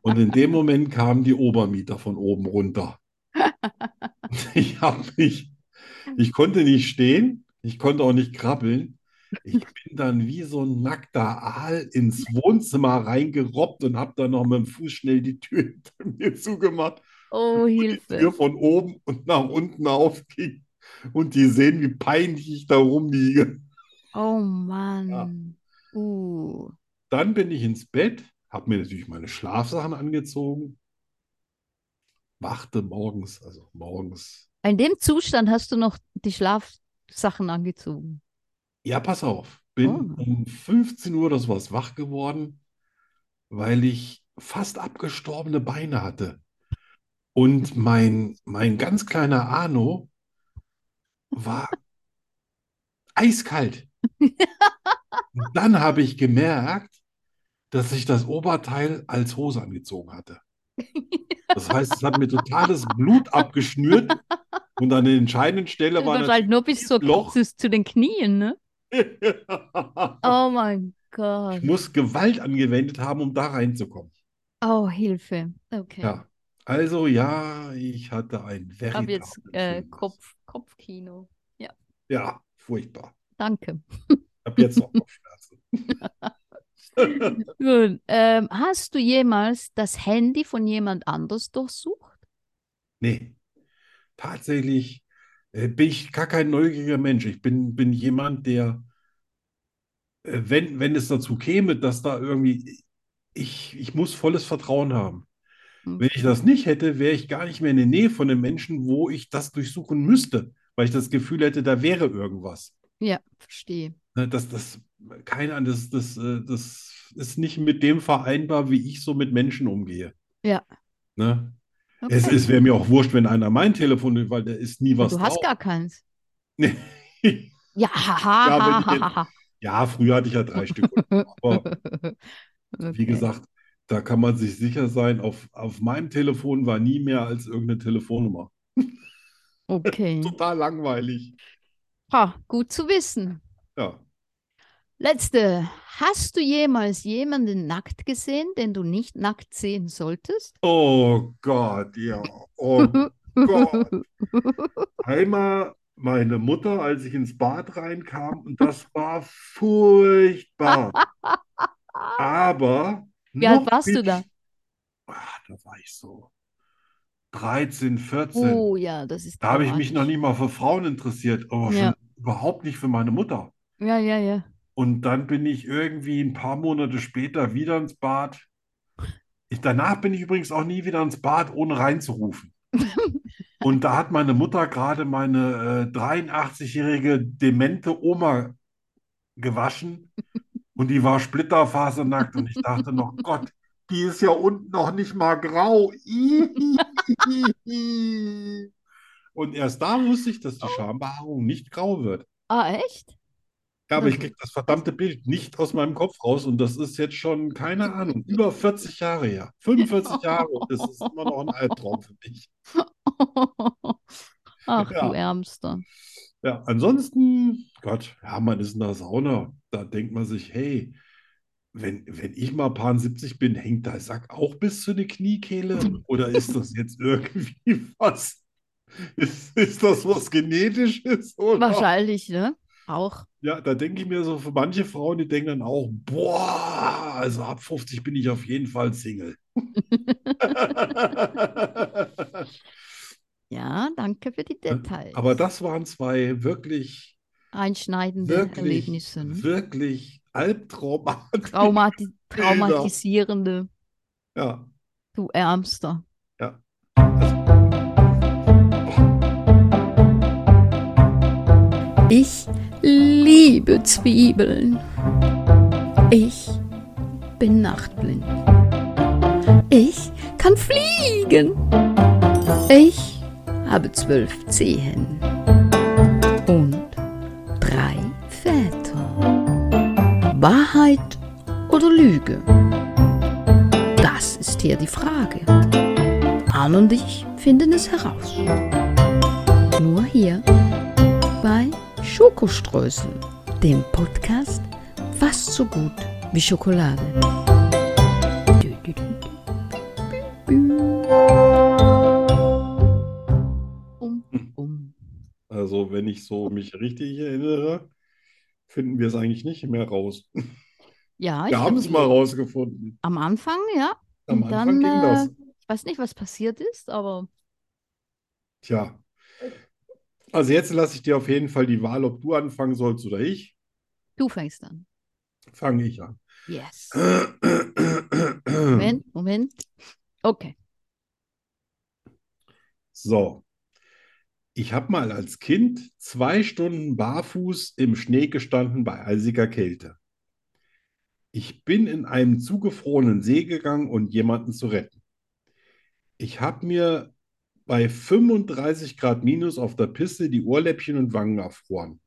S1: Und in dem Moment kamen die Obermieter von oben runter. Ich habe mich, ich konnte nicht stehen, ich konnte auch nicht krabbeln. Ich bin dann wie so ein nackter Aal ins Wohnzimmer reingerobbt und habe dann noch mit dem Fuß schnell die Tür hinter mir zugemacht,
S2: Oh,
S1: die
S2: Hilfe.
S1: Tür von oben und nach unten aufging. Und die sehen, wie peinlich ich da rumliege.
S2: Oh, Mann. Uh.
S1: Dann bin ich ins Bett, habe mir natürlich meine Schlafsachen angezogen, wachte morgens, also morgens.
S2: In dem Zustand hast du noch die Schlafsachen angezogen.
S1: Ja, pass auf, bin
S2: Oh.
S1: um 15 Uhr oder sowas wach geworden, weil ich fast abgestorbene Beine hatte. Und mein, mein ganz kleiner Arno war eiskalt. Und dann habe ich gemerkt, dass ich das Oberteil als Hose angezogen hatte. Das heißt, es hat mir totales Blut abgeschnürt und an der entscheidenden Stelle
S2: Du
S1: war
S2: warst halt nur bis zur,
S1: Loch.
S2: zu, zu den Knien, ne?
S1: natürlich.
S2: Oh, mein Gott.
S1: Ich muss Gewalt angewendet haben, um da reinzukommen.
S2: Oh, Hilfe. Okay.
S1: Ja. Also ja, ich hatte ein
S2: Ich habe jetzt
S1: veritablen
S2: äh,
S1: Film.
S2: Kopf, Kopfkino.
S1: Ja, furchtbar.
S2: Danke.
S1: Ich habe jetzt noch Kopfschmerzen.
S2: Gut. Ähm, hast du jemals das Handy von jemand anders durchsucht?
S1: Nee, tatsächlich äh, bin ich gar kein neugieriger Mensch. Ich bin, bin jemand, der, äh, wenn, wenn es dazu käme, dass da irgendwie, ich, ich muss volles Vertrauen haben.
S2: Hm.
S1: Wenn ich das nicht hätte, wäre ich gar nicht mehr in der Nähe von den Menschen, wo ich das durchsuchen müsste, weil ich das Gefühl hätte, da wäre irgendwas.
S2: Ja, verstehe.
S1: Ne, Das, das, keine Ahnung, das, das, äh, das ist nicht mit dem vereinbar, wie ich so mit Menschen umgehe.
S2: Ja.
S1: Ne?
S2: Okay.
S1: Es, es wäre mir auch wurscht, wenn einer mein Telefon nimmt, weil da ist nie
S2: Ja,
S1: was
S2: du hast
S1: drauf.
S2: gar keins.
S1: Nee.
S2: Ja, haha.
S1: Ja, wenn ich jetzt- Ja, früher hatte ich ja drei Stück. Aber Wie gesagt, da kann man sich sicher sein, auf, auf meinem Telefon war nie mehr als irgendeine Telefonnummer.
S2: Okay.
S1: Total langweilig.
S2: Ha, gut zu wissen.
S1: Ja.
S2: Letzte. Hast du jemals jemanden nackt gesehen, den du nicht nackt sehen solltest?
S1: Oh Gott, ja. Oh Gott. Einmal meine Mutter, als ich ins Bad reinkam, und das war furchtbar. Aber
S2: Wie alt
S1: noch
S2: warst du
S1: bin
S2: da?
S1: ich- Ah, da war ich so 13, 14.
S2: Oh ja, das ist
S1: Da habe ich mich noch nicht mal für Frauen interessiert, aber schon
S2: Ja.
S1: überhaupt nicht für meine Mutter.
S2: Ja, ja, ja.
S1: Und dann bin ich irgendwie ein paar Monate später wieder ins Bad. Ich, danach bin ich übrigens auch nie wieder ins Bad, ohne reinzurufen. Und da hat meine Mutter gerade meine äh, 83-jährige demente Oma gewaschen und die war splitterfasernackt und ich dachte noch, Gott, die ist ja unten noch nicht mal grau. Ihihihi. Und erst da wusste ich, dass die Schambehaarung nicht grau wird.
S2: Ah, echt?
S1: Ja, aber ich
S2: Mhm.
S1: kriege das verdammte Bild nicht aus meinem Kopf raus und das ist jetzt schon, keine Ahnung, über 40 Jahre her. 45 Jahre und das ist immer noch ein Albtraum für mich.
S2: Ach,
S1: Ja.
S2: du Ärmster.
S1: Ja, ansonsten, Gott, ja, man ist in der Sauna. Da denkt man sich, hey, wenn, wenn ich mal paar 70 bin, hängt der Sack auch bis zu den Kniekehle? Oder ist das jetzt irgendwie was? Ist, ist das was Genetisches oder?
S2: Wahrscheinlich, ne? Auch.
S1: Ja, da denke ich mir so, für manche Frauen, die denken dann auch, boah, also ab 50 bin ich auf jeden Fall Single.
S2: Ja, danke für die Details.
S1: Äh, Aber das waren zwei wirklich,
S2: Einschneidende
S1: wirklich,
S2: Erlebnisse. Ne? Oh
S1: wirklich albtraumartige.
S2: Traumati
S1: Bilder.
S2: traumatisierende,
S1: Ja,
S2: du
S1: Also,
S2: Ärmster.
S4: Ich liebe Zwiebeln. Ich bin nachtblind. Ich kann fliegen. Ich habe zwölf Zehen und drei Väter. Wahrheit oder Lüge? Das ist hier die Frage. Arne und ich finden es heraus. Nur hier bei Schokoströßen, dem Podcast fast so gut wie Schokolade. Dü, dü, dü, dü, dü, dü.
S2: Um, um.
S1: also wenn ich so mich richtig erinnere, finden wir es eigentlich nicht mehr raus.
S2: Ja, ich
S1: Wir haben
S2: hab
S1: es
S2: die-
S1: mal rausgefunden.
S2: am Anfang, ja.
S1: Am
S2: Und
S1: Anfang ging
S2: dann,
S1: das.
S2: äh, ich weiß nicht, was passiert ist, aber
S1: Tja. Also jetzt lasse ich dir auf jeden Fall die Wahl, ob du anfangen sollst oder ich.
S2: du fängst an.
S1: Fange ich an.
S2: Yes.
S1: Ähm.
S2: Moment, Moment. Okay.
S1: So. Ich habe mal als Kind zwei Stunden barfuß im Schnee gestanden bei eisiger Kälte. Ich bin in einen zugefrorenen See gegangen, um jemanden zu retten. Ich habe mir bei 35 Grad minus auf der Piste die Ohrläppchen und Wangen erfroren.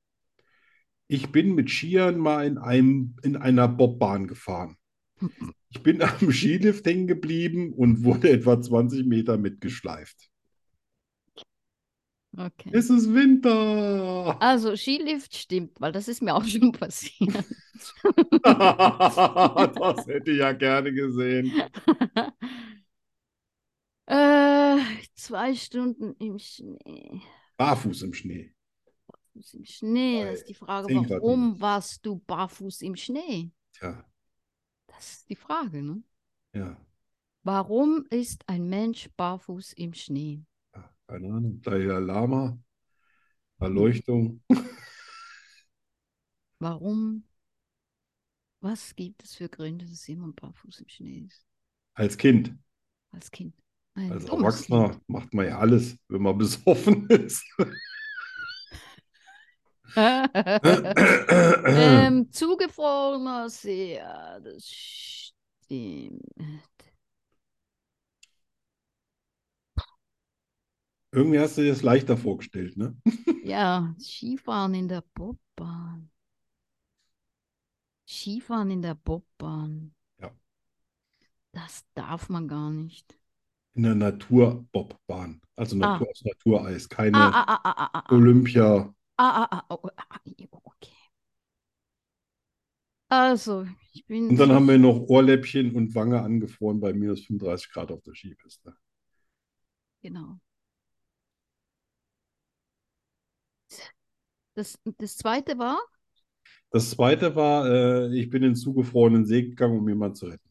S1: Ich bin mit Skiern mal in einem, in einer Bobbahn gefahren. Ich bin am Skilift hängen geblieben und wurde etwa 20 Meter mitgeschleift.
S2: Okay.
S1: Es ist Winter.
S2: Also Skilift stimmt, weil das ist mir auch schon passiert.
S1: Das hätte ich ja gerne gesehen.
S2: äh, zwei Stunden im Schnee.
S1: Barfuß im Schnee.
S2: Barfuß Im Schnee,
S1: Bei
S2: das ist die Frage,
S1: 10 Grad
S2: warum
S1: minus.
S2: warst du barfuß im Schnee?
S1: Tja,
S2: Das ist die Frage, ne?
S1: ja,
S2: Warum ist ein Mensch barfuß im Schnee?
S1: ja, keine Ahnung. Dalai Lama, Erleuchtung.
S2: Warum? Was gibt es für Gründe, dass jemand barfuß im Schnee ist?
S1: Als Kind,
S2: Als Kind. Ein
S1: als
S2: dummes
S1: Erwachsener
S2: Kind.
S1: macht man ja alles, wenn man besoffen ist.
S2: ähm, zugefrorener See, ja, das stimmt.
S1: Irgendwie hast du dir das leichter vorgestellt, ne?
S2: Ja, Skifahren in der Bobbahn. Skifahren in der Bobbahn.
S1: Ja.
S2: Das darf man gar nicht.
S1: in der Naturbobbahn. Also
S2: Ah.
S1: Natur aus Natureis, keine
S2: Ah, ah, ah, ah, ah, ah.
S1: Olympia.
S2: Ah, ah, ah, oh, ah, ah, ja, okay. Also, ich bin.
S1: Und dann haben wir noch Ohrläppchen und Wange angefroren bei minus 35 Grad auf der Skipiste.
S2: Genau. Das, das zweite war,
S1: Das zweite war, äh, ich bin ins zugefrorenen See gegangen, um jemanden zu retten.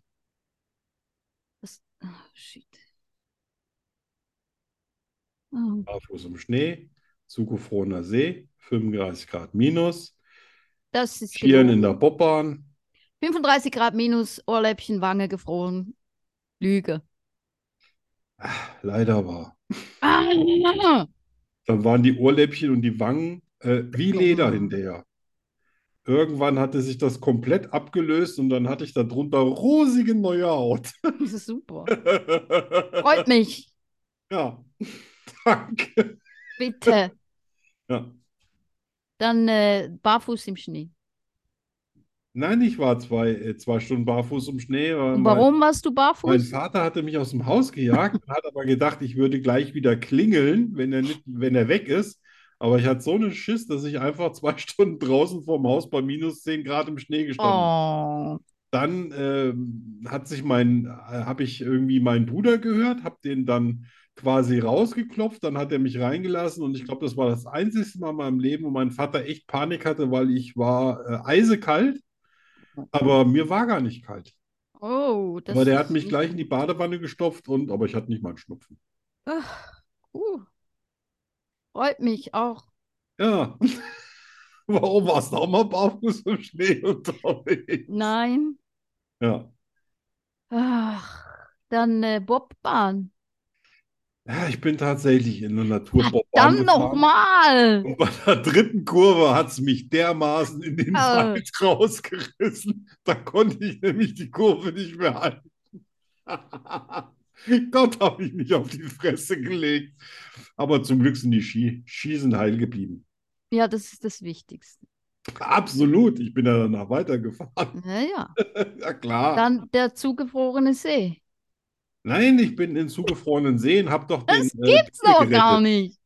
S2: das, ah, shit. Ah,
S1: Barfuß im Schnee, zugefrorener See, 35 Grad minus,
S2: das ist
S1: Skieren in
S2: gelogen.
S1: der Bobbahn.
S2: 35 Grad minus, Ohrläppchen, Wange gefroren. Lüge.
S1: Leider war.
S2: Ah,
S1: Dann waren die Ohrläppchen und die Wangen äh, wie Leder hinterher. Irgendwann hatte sich das komplett abgelöst und dann hatte ich darunter rosige neue Haut.
S2: das ist super. Freut mich,
S1: Ja, danke.
S2: bitte.
S1: Ja.
S2: Dann äh, barfuß im Schnee.
S1: Nein, ich war zwei, äh, zwei Stunden barfuß im Schnee, weil
S2: Und
S1: Äh, mein,
S2: warum warst du
S1: mein
S2: barfuß?
S1: Vater hatte mich aus dem Haus gejagt und hat aber gedacht, ich würde gleich wieder klingeln, wenn er nicht, wenn er weg ist. Aber ich hatte so einen Schiss, dass ich einfach zwei Stunden draußen vorm Haus bei minus 10 Grad im Schnee gestanden bin.
S2: Oh,
S1: Dann ähm, hat sich mein, äh, habe ich irgendwie meinen Bruder gehört, habe den dann quasi rausgeklopft, dann hat er mich reingelassen und ich glaube, das war das einzige Mal in meinem Leben, wo mein Vater echt Panik hatte, weil ich war äh, eisekalt, aber mir war gar nicht kalt.
S2: oh, das
S1: Aber der hat
S2: ist
S1: mich
S2: nicht
S1: gleich in die Badewanne gestopft und, aber ich hatte nicht mal einen Schnupfen.
S2: Ach, uh. Freut mich auch.
S1: Ja. Warum warst du auch mal barfuß im Schnee unterwegs?
S2: Nein.
S1: Ja.
S2: Ach, dann äh, Bobbahn.
S1: Ja, ich bin tatsächlich in der Naturbobbahn
S2: Dann
S1: gefahren.
S2: nochmal.
S1: Und bei der dritten Kurve hat es mich dermaßen in den
S2: Ah.
S1: Wald rausgerissen, da konnte ich nämlich die Kurve nicht mehr halten. Gott, habe ich mich auf die Fresse gelegt. Aber zum Glück sind die Ski, Ski sind heil geblieben.
S2: Ja, das ist das Wichtigste.
S1: Absolut, ich bin ja danach weitergefahren.
S2: Naja.
S1: Ja, klar.
S2: Dann der zugefrorene See.
S1: Nein, ich bin in zugefrorenen Seen, hab doch
S2: Das
S1: den äh,
S2: Gibt's noch
S1: gerettet.
S2: gar nicht.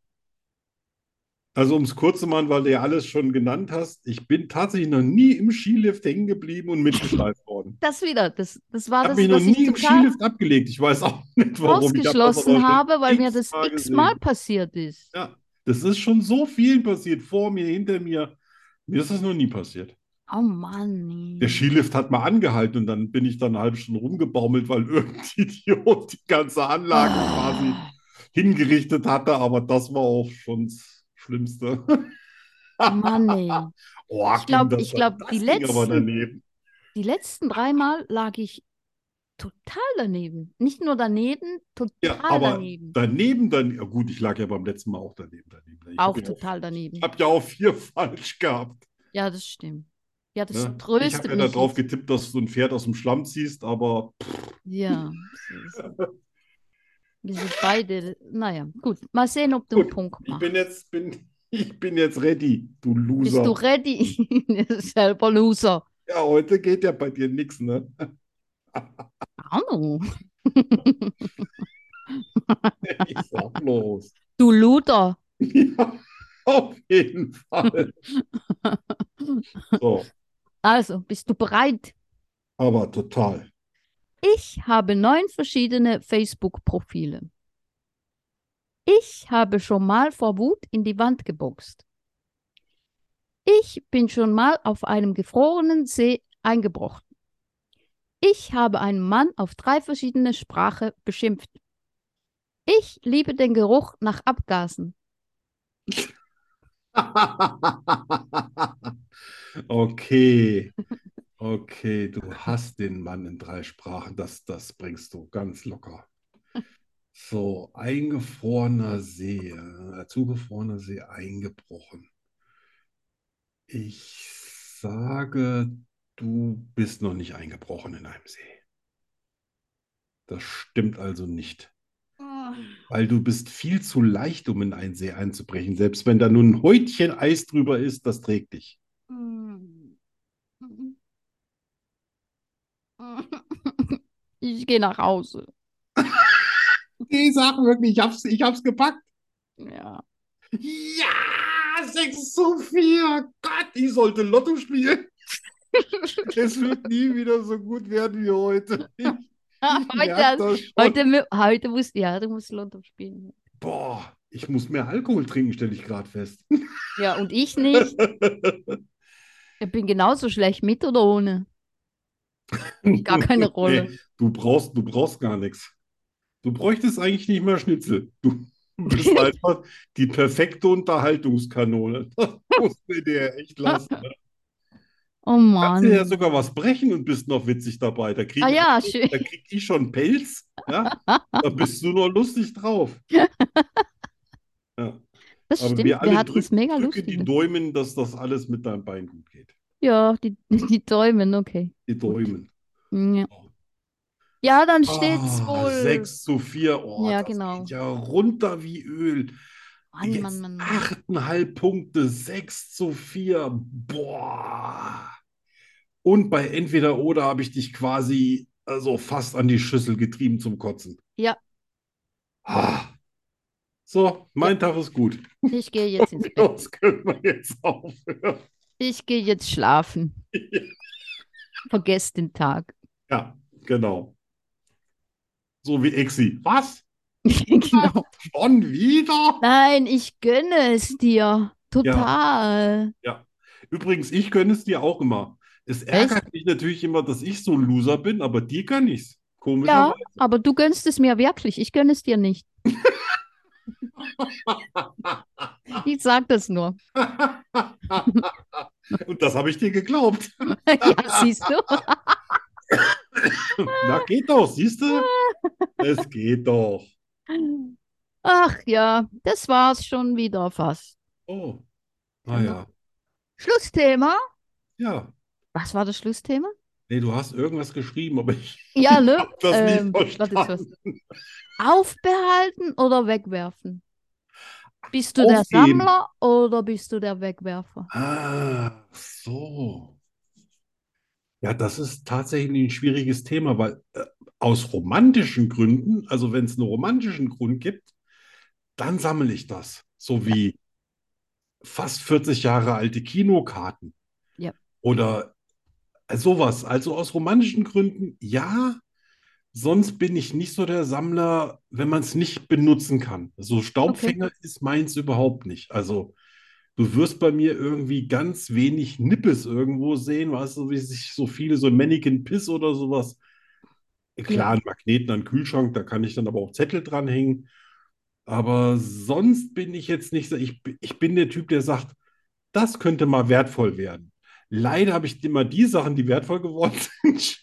S1: Also ums kurz zu machen, weil du ja alles schon genannt hast, ich bin tatsächlich noch nie im Skilift hängen geblieben und mitgeschleift worden.
S2: Das wieder. Das, das war
S1: Ich habe
S2: Ah, das,
S1: mich
S2: was
S1: noch nie
S2: ich
S1: im
S2: total
S1: Skilift abgelegt. Ich weiß auch nicht, warum. Ich hab das
S2: ausgeschlossen
S1: aber schon
S2: habe, weil mir das
S1: x-mal
S2: x-mal
S1: gesehen.
S2: passiert ist.
S1: Ja, das ist schon so vielen passiert. Vor mir, hinter mir. Mir ist das noch nie passiert.
S2: Oh Mann.
S1: Der Skilift hat mal angehalten und dann bin ich dann eine halbe Stunde rumgebaumelt, weil irgendein Idiot die ganze Anlage quasi
S2: Ah.
S1: hingerichtet hatte. Aber das war auch schon das Schlimmste.
S2: Mann, ey.
S1: Boah,
S2: Ich glaub-
S1: ging das
S2: ich glaub,
S1: dann.
S2: die
S1: Das ging aber
S2: letzten-
S1: daneben.
S2: Die letzten dreimal lag ich total daneben. Nicht nur daneben,
S1: Ja,
S2: total
S1: aber
S2: daneben.
S1: Daneben dann, ja gut, ich lag ja beim letzten Mal auch daneben. daneben. Ich hab
S2: Auch
S1: ja
S2: total daneben.
S1: Ich habe ja auch vier falsch gehabt.
S2: Ja, das stimmt. Ja, das
S1: Ne? Ich
S2: tröstet
S1: habe ja
S2: mich
S1: darauf
S2: jetzt.
S1: getippt, dass du ein Pferd aus dem Schlamm ziehst, aber
S2: Ja. das ist- Wir sind beide, naja, gut. Mal sehen, ob du einen
S1: Gut,
S2: Punkt
S1: ich
S2: machst.
S1: bin jetzt, bin, ich bin jetzt ready, du
S2: Bist
S1: Loser.
S2: du ready? Selber Loser.
S1: Ja, heute geht ja bei dir nichts, ne?
S2: Arno,
S1: Ich sag bloß.
S2: du Luder.
S1: Ja, auf jeden Fall. So,
S2: Also, bist du bereit?
S1: aber total.
S2: Ich habe neun verschiedene Facebook-Profile. Ich habe schon mal vor Wut in die Wand geboxt. Ich bin schon mal auf einem gefrorenen See eingebrochen. Ich habe einen Mann auf drei verschiedene Sprachen beschimpft. Ich liebe den Geruch nach Abgasen.
S1: Okay. Okay, du hast den Mann in drei Sprachen. Das, das bringst du ganz locker. So, eingefrorener See, äh, zugefrorener See, eingebrochen. Ich sage, du bist noch nicht eingebrochen in einem See. Das stimmt also nicht, weil du bist viel zu leicht, um in einen See einzubrechen. Selbst wenn da nur ein Häutchen Eis drüber ist, das trägt dich.
S2: Mm. ich gehe nach Hause.
S1: Die Sachen wirklich, ich hab's, ich hab's gepackt.
S2: Ja.
S1: Ja, 6 zu 4. Gott, ich sollte Lotto spielen. Es wird nie wieder so gut werden wie heute. Ich merk
S2: heute,
S1: das schon.
S2: heute, mi- heute musst ja, du musst London spielen.
S1: Boah, ich muss mehr Alkohol trinken, stelle ich gerade fest.
S2: Ja, und ich nicht. Ich bin genauso schlecht mit oder ohne. Gar keine Rolle.
S1: Nee, du brauchst, du brauchst gar nichts. Du bräuchtest eigentlich nicht mehr Schnitzel. Du bist einfach die perfekte Unterhaltungskanone. Das muss man dir echt lassen. ne?
S2: Oh
S1: Kannst dir ja
S2: Mann.
S1: sogar was brechen und bist noch witzig dabei. Da krieg
S2: Ah
S1: ich,
S2: ja, schön.
S1: da krieg ich schon einen Pelz. Ja? Da bist du noch lustig drauf. Ja.
S2: Das
S1: Aber
S2: stimmt.
S1: wir alle
S2: Wir hatten es
S1: drücken-
S2: mega
S1: Drücke die
S2: lustig.
S1: Däumen, dass das alles mit deinem Bein gut geht.
S2: Ja, die, die Däumen, okay.
S1: Die Däumen.
S2: Ja, ja dann steht's
S1: Oh. Ah,
S2: wohl.
S1: 6 zu 4. Oh,
S2: Ja,
S1: das
S2: genau.
S1: geht ja runter wie Öl.
S2: Mann,
S1: Jetzt
S2: Mann, Mann, Mann.
S1: achteinhalb Punkte, 6 zu 4. Boah. Und bei entweder oder habe ich dich quasi also fast an die Schüssel getrieben zum Kotzen.
S2: Ja.
S1: Ah. So, mein Tag ist gut.
S2: Ich gehe jetzt ins Bett.
S1: Das können wir jetzt aufhören.
S2: Ich gehe jetzt schlafen.
S1: Ja.
S2: Vergesst den Tag.
S1: Ja, genau. So wie Exi. Was?
S2: Genau.
S1: Schon wieder?
S2: Nein, ich gönne es dir. Total.
S1: Übrigens, ich gönne es dir auch immer. Es ärgert mich natürlich immer, dass ich so ein Loser bin, aber dir kann ich's.
S2: Ja,
S1: Komischerweise.
S2: aber du gönnst es mir wirklich. Ich gönne es dir nicht. Ich sag das nur.
S1: Und das habe ich dir geglaubt.
S2: Ja, siehst du?
S1: Na, geht doch, siehst du? Es geht doch.
S2: Ach ja, das war's schon wieder fast.
S1: Oh. Naja.
S2: Schlussthema.
S1: Ja.
S2: Was war das Schlussthema?
S1: Nee, du hast irgendwas geschrieben, aber ich
S2: Ja, ne?
S1: habe das nicht
S2: Ähm, warte, jetzt was.
S1: verstanden.
S2: Aufbehalten oder wegwerfen? Bist du der
S1: Aufheben.
S2: Sammler oder bist du der Wegwerfer?
S1: Ah, so. Ja, das ist tatsächlich ein schwieriges Thema, weil äh, aus romantischen Gründen, also wenn es einen romantischen Grund gibt, dann sammle ich das. So wie fast 40 Jahre alte Kinokarten.
S2: Ja.
S1: Oder sowas. Also aus romantischen Gründen, ja. Sonst bin ich nicht so der Sammler, wenn man es nicht benutzen kann. So Staubfänger ist meins überhaupt nicht. Also du wirst bei mir irgendwie ganz wenig Nippes irgendwo sehen, weißt du, wie sich so viele, so Mannequin Piss oder sowas. Klar, einen Magneten an den Kühlschrank, da kann ich dann aber auch Zettel dranhängen. Aber sonst bin ich jetzt nicht so, ich, bi- ich bin der Typ, der sagt, das könnte mal wertvoll werden. Leider habe ich immer die Sachen, die wertvoll geworden sind,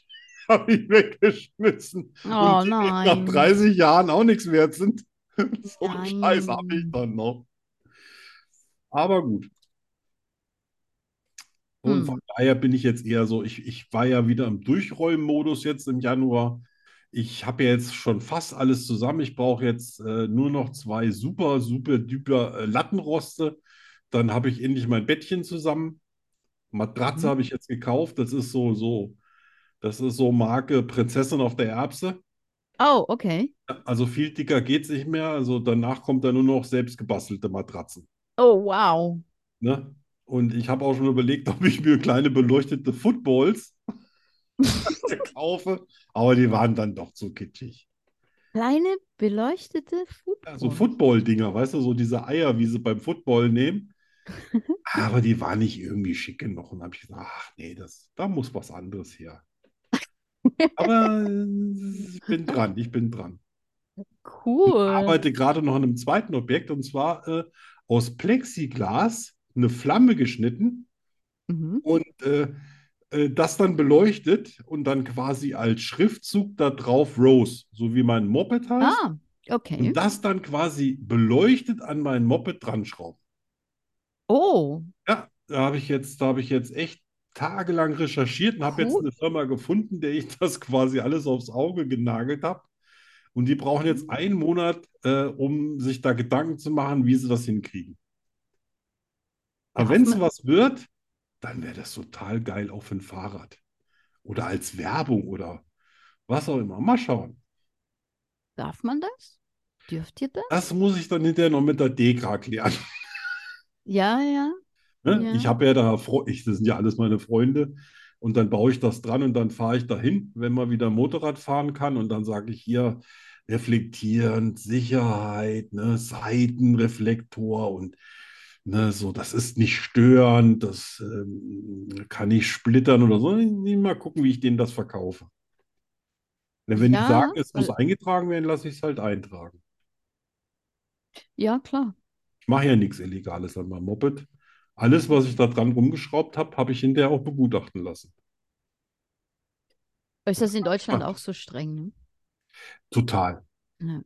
S1: habe ich weggeschmissen
S2: Oh
S1: und die nach
S2: nein.
S1: 30 Jahren auch nichts wert sind. So einen
S2: Nein.
S1: Scheiß habe ich dann noch. Aber gut. Und
S2: Hm.
S1: von daher bin ich jetzt eher so, ich, ich war ja wieder im Durchräumen-Modus jetzt im Januar. Ich habe ja jetzt schon fast alles zusammen. Ich brauche jetzt äh, nur noch zwei super, super, duper äh, Lattenroste. Dann habe ich endlich mein Bettchen zusammen.
S2: Mhm.
S1: Matratze habe ich jetzt gekauft. Das ist so, so, das ist so Marke Prinzessin auf der Erbse.
S2: Oh, okay.
S1: Also viel dicker geht's nicht mehr. Also danach kommt dann nur noch selbstgebastelte Matratzen.
S2: Oh, wow.
S1: Ne? Und ich habe auch schon überlegt, ob ich mir kleine beleuchtete Footballs kaufe, aber die waren dann doch zu kitschig.
S2: Kleine beleuchtete Football.
S1: Also Football-Dinger, weißt du, so diese Eier, wie sie beim Football nehmen. Aber die waren nicht irgendwie schick genug. Und habe ich gesagt, ach nee, das, da muss was anderes her. Aber äh, ich bin dran, ich bin dran.
S2: Cool.
S1: arbeite gerade noch an einem zweiten Objekt und zwar äh, aus Plexiglas eine Flamme geschnitten
S2: Mhm.
S1: und äh, äh, das dann beleuchtet und dann quasi als Schriftzug da drauf Rose, so wie mein Moped heißt.
S2: Ah, okay.
S1: Und das dann quasi beleuchtet an mein Moped dranschrauben.
S2: Oh,
S1: Ja, da habe ich jetzt, da habe ich jetzt echt tagelang recherchiert und habe jetzt
S2: Cool.
S1: eine Firma gefunden, der ich das quasi alles aufs Auge genagelt habe. Und die brauchen
S2: Mhm.
S1: jetzt einen Monat, äh, um sich da Gedanken zu machen, wie sie das hinkriegen. Aber
S2: Ja,
S1: wenn es
S2: hoffen
S1: was wird, dann wäre das total geil auch für ein Fahrrad. Oder als Werbung oder was auch immer. Mal schauen.
S2: Darf man das? Dürft ihr das?
S1: Das muss ich dann hinterher noch mit der Dekra klären.
S2: Ja, ja.
S1: Ne?
S2: Ja.
S1: Ich habe ja da, Fre- ich, das sind ja alles meine Freunde. Und dann baue ich das dran und dann fahre ich dahin, wenn man wieder Motorrad fahren kann. Und dann sage ich hier reflektierend, Sicherheit, ne, Seitenreflektor und ne, so, das ist nicht störend, das ähm, kann nicht splittern oder so. Mal gucken, wie ich denen das verkaufe. Ne, Wenn die
S2: Ja,
S1: sagen, es muss
S2: weil-
S1: eingetragen werden, lasse ich es halt eintragen.
S2: Ja, klar.
S1: Ich mache ja nichts Illegales an meinem Moped. Alles, was ich da dran rumgeschraubt habe, habe ich hinterher auch begutachten lassen.
S2: Ist das in Deutschland
S1: Spannend.
S2: auch so streng? Ne?
S1: Total.
S2: Ja.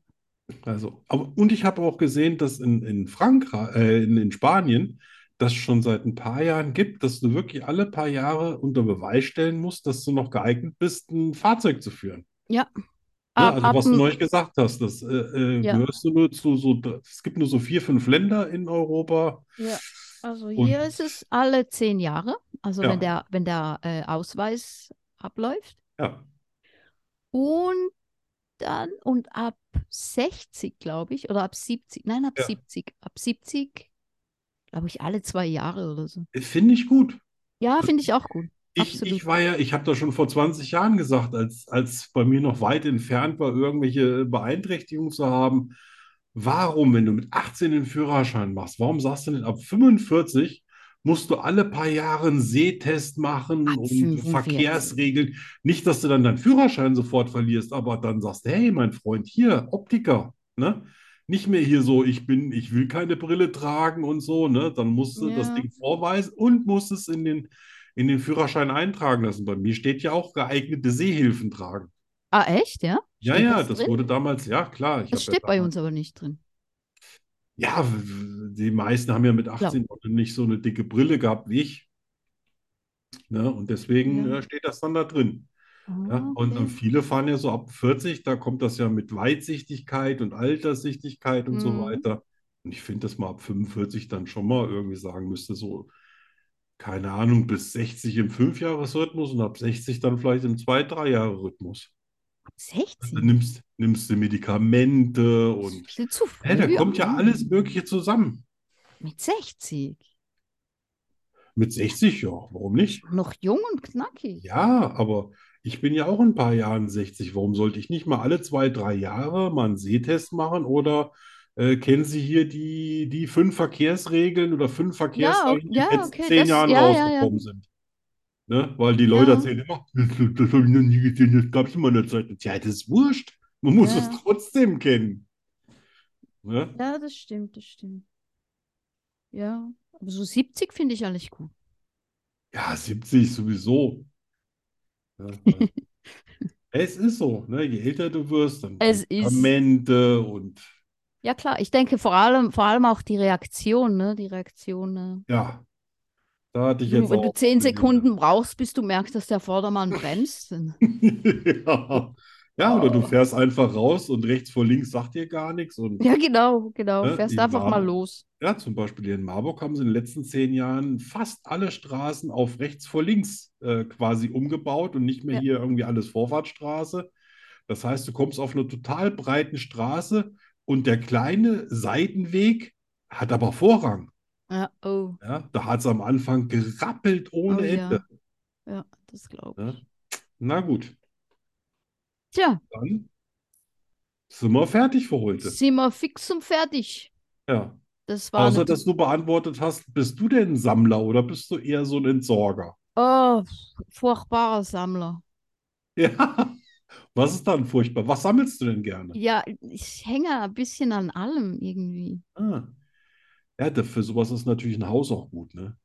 S1: Also, aber, und ich habe auch gesehen, dass in, in Frankreich, äh, in, in Spanien das schon seit ein paar Jahren gibt, dass du wirklich alle paar Jahre unter Beweis stellen musst, dass du noch geeignet bist, ein Fahrzeug zu führen. Ne, also, was du
S2: dem-
S1: neulich gesagt hast, das äh, äh,
S2: Ah, Ja.
S1: gehörst du nur zu so, es gibt nur so vier, fünf Länder in Europa.
S2: Ja, also
S1: Und-
S2: hier ist es alle zehn Jahre, also
S1: Ja.
S2: wenn der, wenn der äh, Ausweis abläuft.
S1: Ja,
S2: Und dann, und ab 60, glaube ich, oder ab 70, nein, ab
S1: Ja.
S2: 70, ab 70, glaube ich, alle zwei Jahre oder so.
S1: finde ich gut.
S2: Ja, finde ich auch gut.
S1: Ich,
S2: Absolut.
S1: ich war ja, ich habe das schon vor 20 Jahren gesagt, als, als bei mir noch weit entfernt war, irgendwelche Beeinträchtigungen zu haben. Warum, wenn du mit 18 den Führerschein machst, warum sagst du denn ab 45 musst du alle paar Jahre einen Sehtest machen
S2: Ab
S1: und
S2: 45.
S1: Verkehrsregeln? Nicht, dass du dann deinen Führerschein sofort verlierst, aber dann sagst du, hey, mein Freund, hier, Optiker, ne? Nicht mehr hier so, ich bin, ich will keine Brille tragen und so, ne? Dann musst du das
S2: Ja.
S1: Ding vorweisen und musst es in den in den Führerschein eintragen lassen. Bei mir steht ja auch geeignete Sehhilfen tragen.
S2: Ah, echt, ja?
S1: Ja,
S2: Steht
S1: ja,
S2: das
S1: das
S2: drin?
S1: wurde damals, ja klar. Ich
S2: Das
S1: hab ja
S2: steht bei
S1: damals-
S2: uns aber nicht drin.
S1: Ja, w- w- die meisten haben ja mit 18 noch nicht so eine dicke Brille gehabt wie ich. Ne? Und deswegen
S2: Ja.
S1: äh, steht das dann da drin. Ja? Und
S2: Ah, Okay.
S1: äh, viele fahren ja so ab 40, da kommt das ja mit Weitsichtigkeit und Alterssichtigkeit und so
S2: Mhm.
S1: weiter. Und ich finde, dass man ab 45 dann schon mal irgendwie sagen müsste, so, keine Ahnung, bis 60 im Fünfjahresrhythmus und ab 60 dann vielleicht im Zwei-, Drei-Jahre-Rhythmus.
S2: Ab
S1: Dann
S2: 16?
S1: nimmst, nimmst du Medikamente
S2: Das ist
S1: und
S2: viel zu
S1: hä, da
S2: früh.
S1: kommt ja alles Mögliche zusammen.
S2: Mit 60.
S1: Mit 60, ja, warum nicht?
S2: Noch jung und knackig.
S1: Ja, aber ich bin ja auch in ein paar Jahren 60. Warum sollte ich nicht mal alle zwei, drei Jahre mal einen Sehtest machen? Oder äh, kennen Sie hier die, die fünf Verkehrsregeln oder fünf Verkehrsregeln, die in
S2: ja,
S1: den letzten
S2: okay,
S1: zehn
S2: das-
S1: Jahren
S2: ja, ja, ja.
S1: rausgekommen sind? Ne? Weil die Leute
S2: Ja.
S1: erzählen immer, das, das habe ich noch nie gesehen, das gab es in meiner Zeit. Ja, das ist wurscht. Man muss
S2: Ja.
S1: es trotzdem kennen. Ne?
S2: Ja, das stimmt, das stimmt. Ja, aber so 70 finde ich eigentlich gut.
S1: Ja, 70 sowieso. Ja, es ist so, ne? Je älter du wirst, dann
S2: Es
S1: kommen
S2: ist-
S1: Medikamente und
S2: Ja, klar, ich denke vor allem, vor allem auch die Reaktion, ne? Die Reaktion. Ne?
S1: ja, da hatte ich
S2: Du,
S1: jetzt
S2: wenn du
S1: auch
S2: 10
S1: Probleme.
S2: Sekunden brauchst, bis du merkst, dass der Vordermann bremst. dann-
S1: Ja. Ja, oder
S2: Oh.
S1: du fährst einfach raus und rechts vor links sagt dir gar nichts. Und
S2: Ja, genau, genau.
S1: Ja,
S2: Fährst
S1: die
S2: einfach mal
S1: Warnung.
S2: los.
S1: ja, zum Beispiel hier in Marburg haben sie in den letzten zehn Jahren fast alle Straßen auf rechts vor links äh, quasi umgebaut und nicht mehr
S2: Ja.
S1: hier irgendwie alles Vorfahrtsstraße. Das heißt, du kommst auf eine total breiten Straße und der kleine Seitenweg hat aber Vorrang.
S2: Ja, oh,
S1: Ja, da hat es am Anfang gerappelt ohne
S2: Oh ja.
S1: Ende.
S2: ja, das glaube
S1: Ja.
S2: ich.
S1: Na gut,
S2: Tja,
S1: dann sind wir fertig für heute.
S2: sind wir fix und fertig.
S1: Ja.
S2: Das war
S1: Außer,
S2: eine-
S1: dass du beantwortet hast, bist du denn ein Sammler oder bist du eher so ein Entsorger?
S2: Oh, furchtbarer Sammler.
S1: Ja. Was ist dann furchtbar? Was sammelst du denn gerne?
S2: Ja, ich hänge ein bisschen an allem irgendwie.
S1: Ah. Ja, da- für sowas ist natürlich ein Haus auch gut, ne?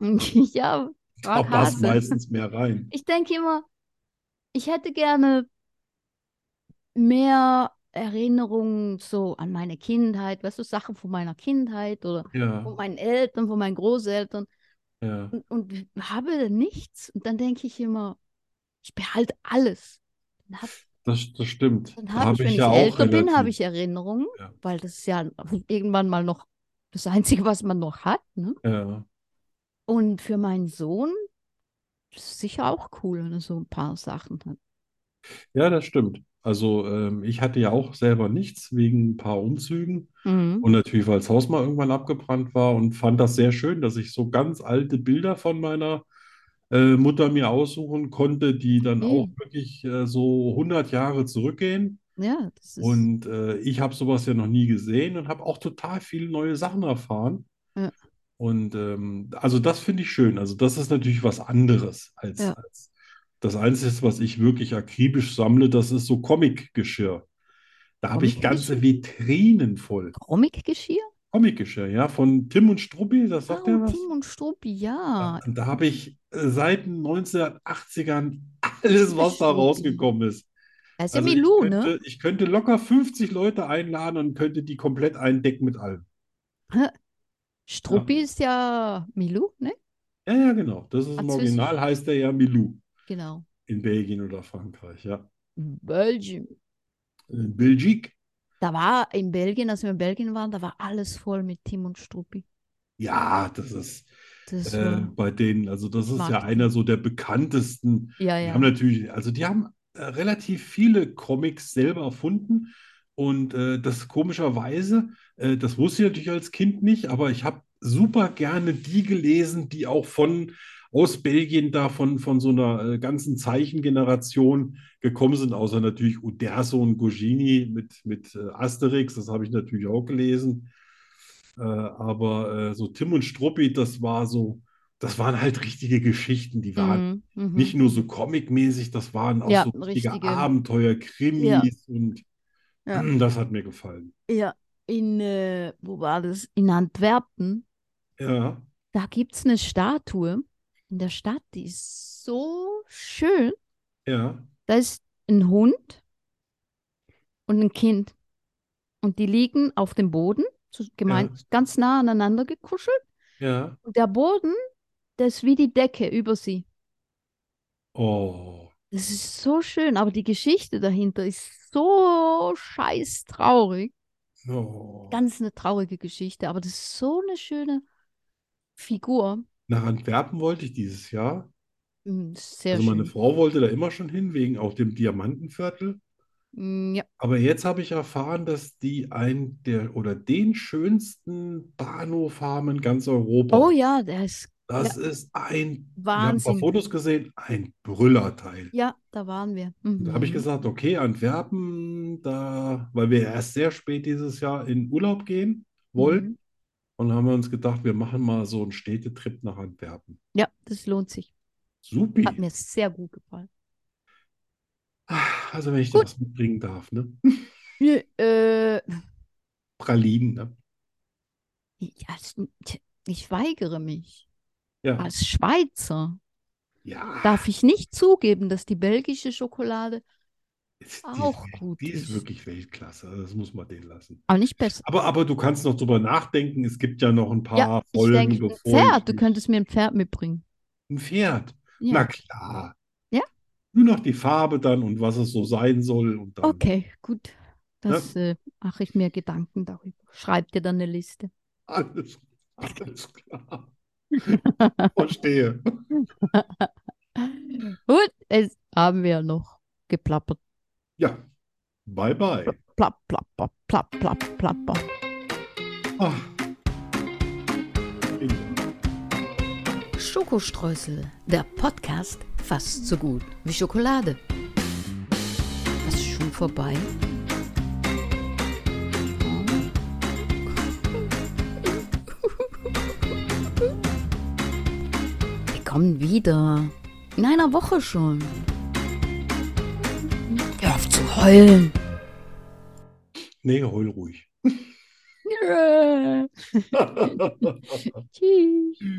S2: Ja,
S1: Da
S2: frag
S1: passt
S2: Hase.
S1: meistens mehr rein.
S2: Ich denke immer, ich hätte gerne mehr Erinnerungen so an meine Kindheit, weißt du, Sachen von meiner Kindheit oder von
S1: Ja,
S2: meinen Eltern, von meinen Großeltern
S1: ja.
S2: und, und habe nichts. Und dann denke ich immer, ich behalte alles. Dann hab,
S1: Das, das stimmt.
S2: dann
S1: Da
S2: hab
S1: habe
S2: ich,
S1: ich
S2: wenn ich
S1: ja auch
S2: älter bin, habe
S1: relativ-
S2: ich Erinnerungen,
S1: Ja.
S2: weil das ist ja irgendwann mal noch das Einzige, was man noch hat, ne?
S1: Ja.
S2: Und für meinen Sohn ist es sicher auch cool, wenn er so ein paar Sachen hat.
S1: Ja, das stimmt. Also ähm, ich hatte ja auch selber nichts wegen ein paar Umzügen
S2: Mhm.
S1: und natürlich, weil das Haus mal irgendwann abgebrannt war und fand das sehr schön, dass ich so ganz alte Bilder von meiner äh, Mutter mir aussuchen konnte, die dann auch
S2: Mhm.
S1: wirklich äh, so 100 Jahre zurückgehen.
S2: Ja, das ist.
S1: Und äh, ich habe sowas ja noch nie gesehen und habe auch total viele neue Sachen erfahren.
S2: Ja.
S1: Und ähm, also das finde ich schön. Also das ist natürlich was anderes als,
S2: Ja.
S1: als das Einzige, was ich wirklich akribisch sammle, das ist so Comic-Geschirr. Da habe ich ganze Vitrinen voll.
S2: Comic-Geschirr?
S1: Comic-Geschirr, ja, von Tim und Struppi, das sagt
S2: Oh,
S1: ihr was?
S2: Tim und Struppi, ja.
S1: Und da habe ich äh, seit den 1980ern alles, was da
S2: Struppi.
S1: rausgekommen ist.
S2: Das ist
S1: Also
S2: ja
S1: ich
S2: Milou, ne?
S1: könnte, ich könnte locker 50 Leute einladen und könnte die komplett eindecken mit allem.
S2: Struppi ist ja Milou, ne?
S1: Ja, ja, genau. Das ist im
S2: Französisch.
S1: Original, heißt der ja Milou
S2: Genau.
S1: in Belgien oder Frankreich, ja. Äh,
S2: Belgien.
S1: In Belgik.
S2: Da war in Belgien, als wir in Belgien waren, da war alles voll mit Tim und Struppi.
S1: Ja, das ist
S2: Das
S1: äh,
S2: war,
S1: bei denen, also das ist ja
S2: Marketing.
S1: einer so der bekanntesten.
S2: ja,
S1: Die
S2: ja.
S1: haben natürlich, also die haben äh, relativ viele Comics selber erfunden und äh, das komischerweise, äh, das wusste ich natürlich als Kind nicht, aber ich habe super gerne die gelesen, die auch von aus Belgien da von, von so einer äh, ganzen Zeichengeneration gekommen sind, außer natürlich Uderzo und Gugini mit, mit äh, Asterix, das habe ich natürlich auch gelesen. Äh, aber äh, so Tim und Struppi, das war so, das waren halt richtige Geschichten, die waren
S2: Mhm, mhm.
S1: nicht nur so comicmäßig, das waren auch
S2: Ja,
S1: so richtige
S2: richtige-
S1: Abenteuer, Krimis
S2: Ja.
S1: und
S2: Ja.
S1: hm, das hat mir gefallen.
S2: Ja, in, äh, wo war das? In Antwerpen.
S1: Ja,
S2: Da gibt es eine Statue in der Stadt, die ist so schön.
S1: ja.
S2: Da ist ein Hund und ein Kind. Und die liegen auf dem Boden, so gemein, ganz nah aneinander gekuschelt.
S1: Ja.
S2: Und der Boden, der ist wie die Decke über sie.
S1: Oh,
S2: Das ist so schön, aber die Geschichte dahinter ist so scheiß traurig.
S1: oh.
S2: Ganz eine traurige Geschichte, aber das ist so eine schöne Figur.
S1: Nach Antwerpen wollte ich dieses Jahr.
S2: Mm, Sehr
S1: Also meine
S2: schön.
S1: Frau wollte da immer schon hin, wegen auch dem Diamantenviertel.
S2: Mm, Ja,
S1: Aber jetzt habe ich erfahren, dass die einen der oder den schönsten Bahnhof haben in ganz Europa.
S2: oh ja, der ist
S1: Das ist ein, wir haben ein paar
S2: Wahnsinn.
S1: Fotos gesehen, ein Brüllerteil.
S2: Ja, da waren wir.
S1: Und Da habe ich
S2: Mhm.
S1: gesagt, okay, Antwerpen, da, weil wir erst sehr spät dieses Jahr in Urlaub gehen wollten.
S2: Mhm.
S1: Und haben wir uns gedacht, wir machen mal so einen Städtetrip nach Antwerpen.
S2: Ja, das lohnt sich. Hat
S1: Supi.
S2: mir sehr gut gefallen.
S1: Ah, Also wenn ich dir
S2: Gut.
S1: was mitbringen darf, ne?
S2: Ja, äh,
S1: Pralinen, ne?
S2: ja, es- t- ich weigere mich.
S1: Ja.
S2: Als Schweizer
S1: Ja,
S2: darf ich nicht zugeben, dass die belgische Schokolade
S1: ist- die, ist-
S2: auch gut
S1: die ist
S2: ist.
S1: wirklich Weltklasse. Also Das muss man denen lassen.
S2: Aber nicht besser.
S1: Aber, aber du kannst noch drüber nachdenken. Es gibt ja noch ein
S2: Ja,
S1: paar
S2: ich
S1: Folgen,
S2: denke, ein
S1: bevor ich
S2: Pferd, du
S1: mich-
S2: könntest mir ein Pferd mitbringen.
S1: Ein Pferd.
S2: Ja.
S1: Na klar.
S2: Ja.
S1: Nur noch die Farbe dann und was es so sein soll und dann.
S2: Okay, gut. Das äh, mache ich mir Gedanken darüber. Schreib dir dann eine Liste.
S1: Alles, alles klar. Verstehe.
S2: Gut, es haben wir noch geplappert.
S1: Ja. Bye bye.
S2: Plapp, plapper, plapp, plapp, plapper.
S1: Ah.
S4: Schokostreusel, der Podcast fast so gut wie Schokolade. Was ist schon vorbei? Wir kommen wieder. In einer Woche schon. Hör auf zu heulen.
S1: Nee, heul ruhig.
S2: Tschüss.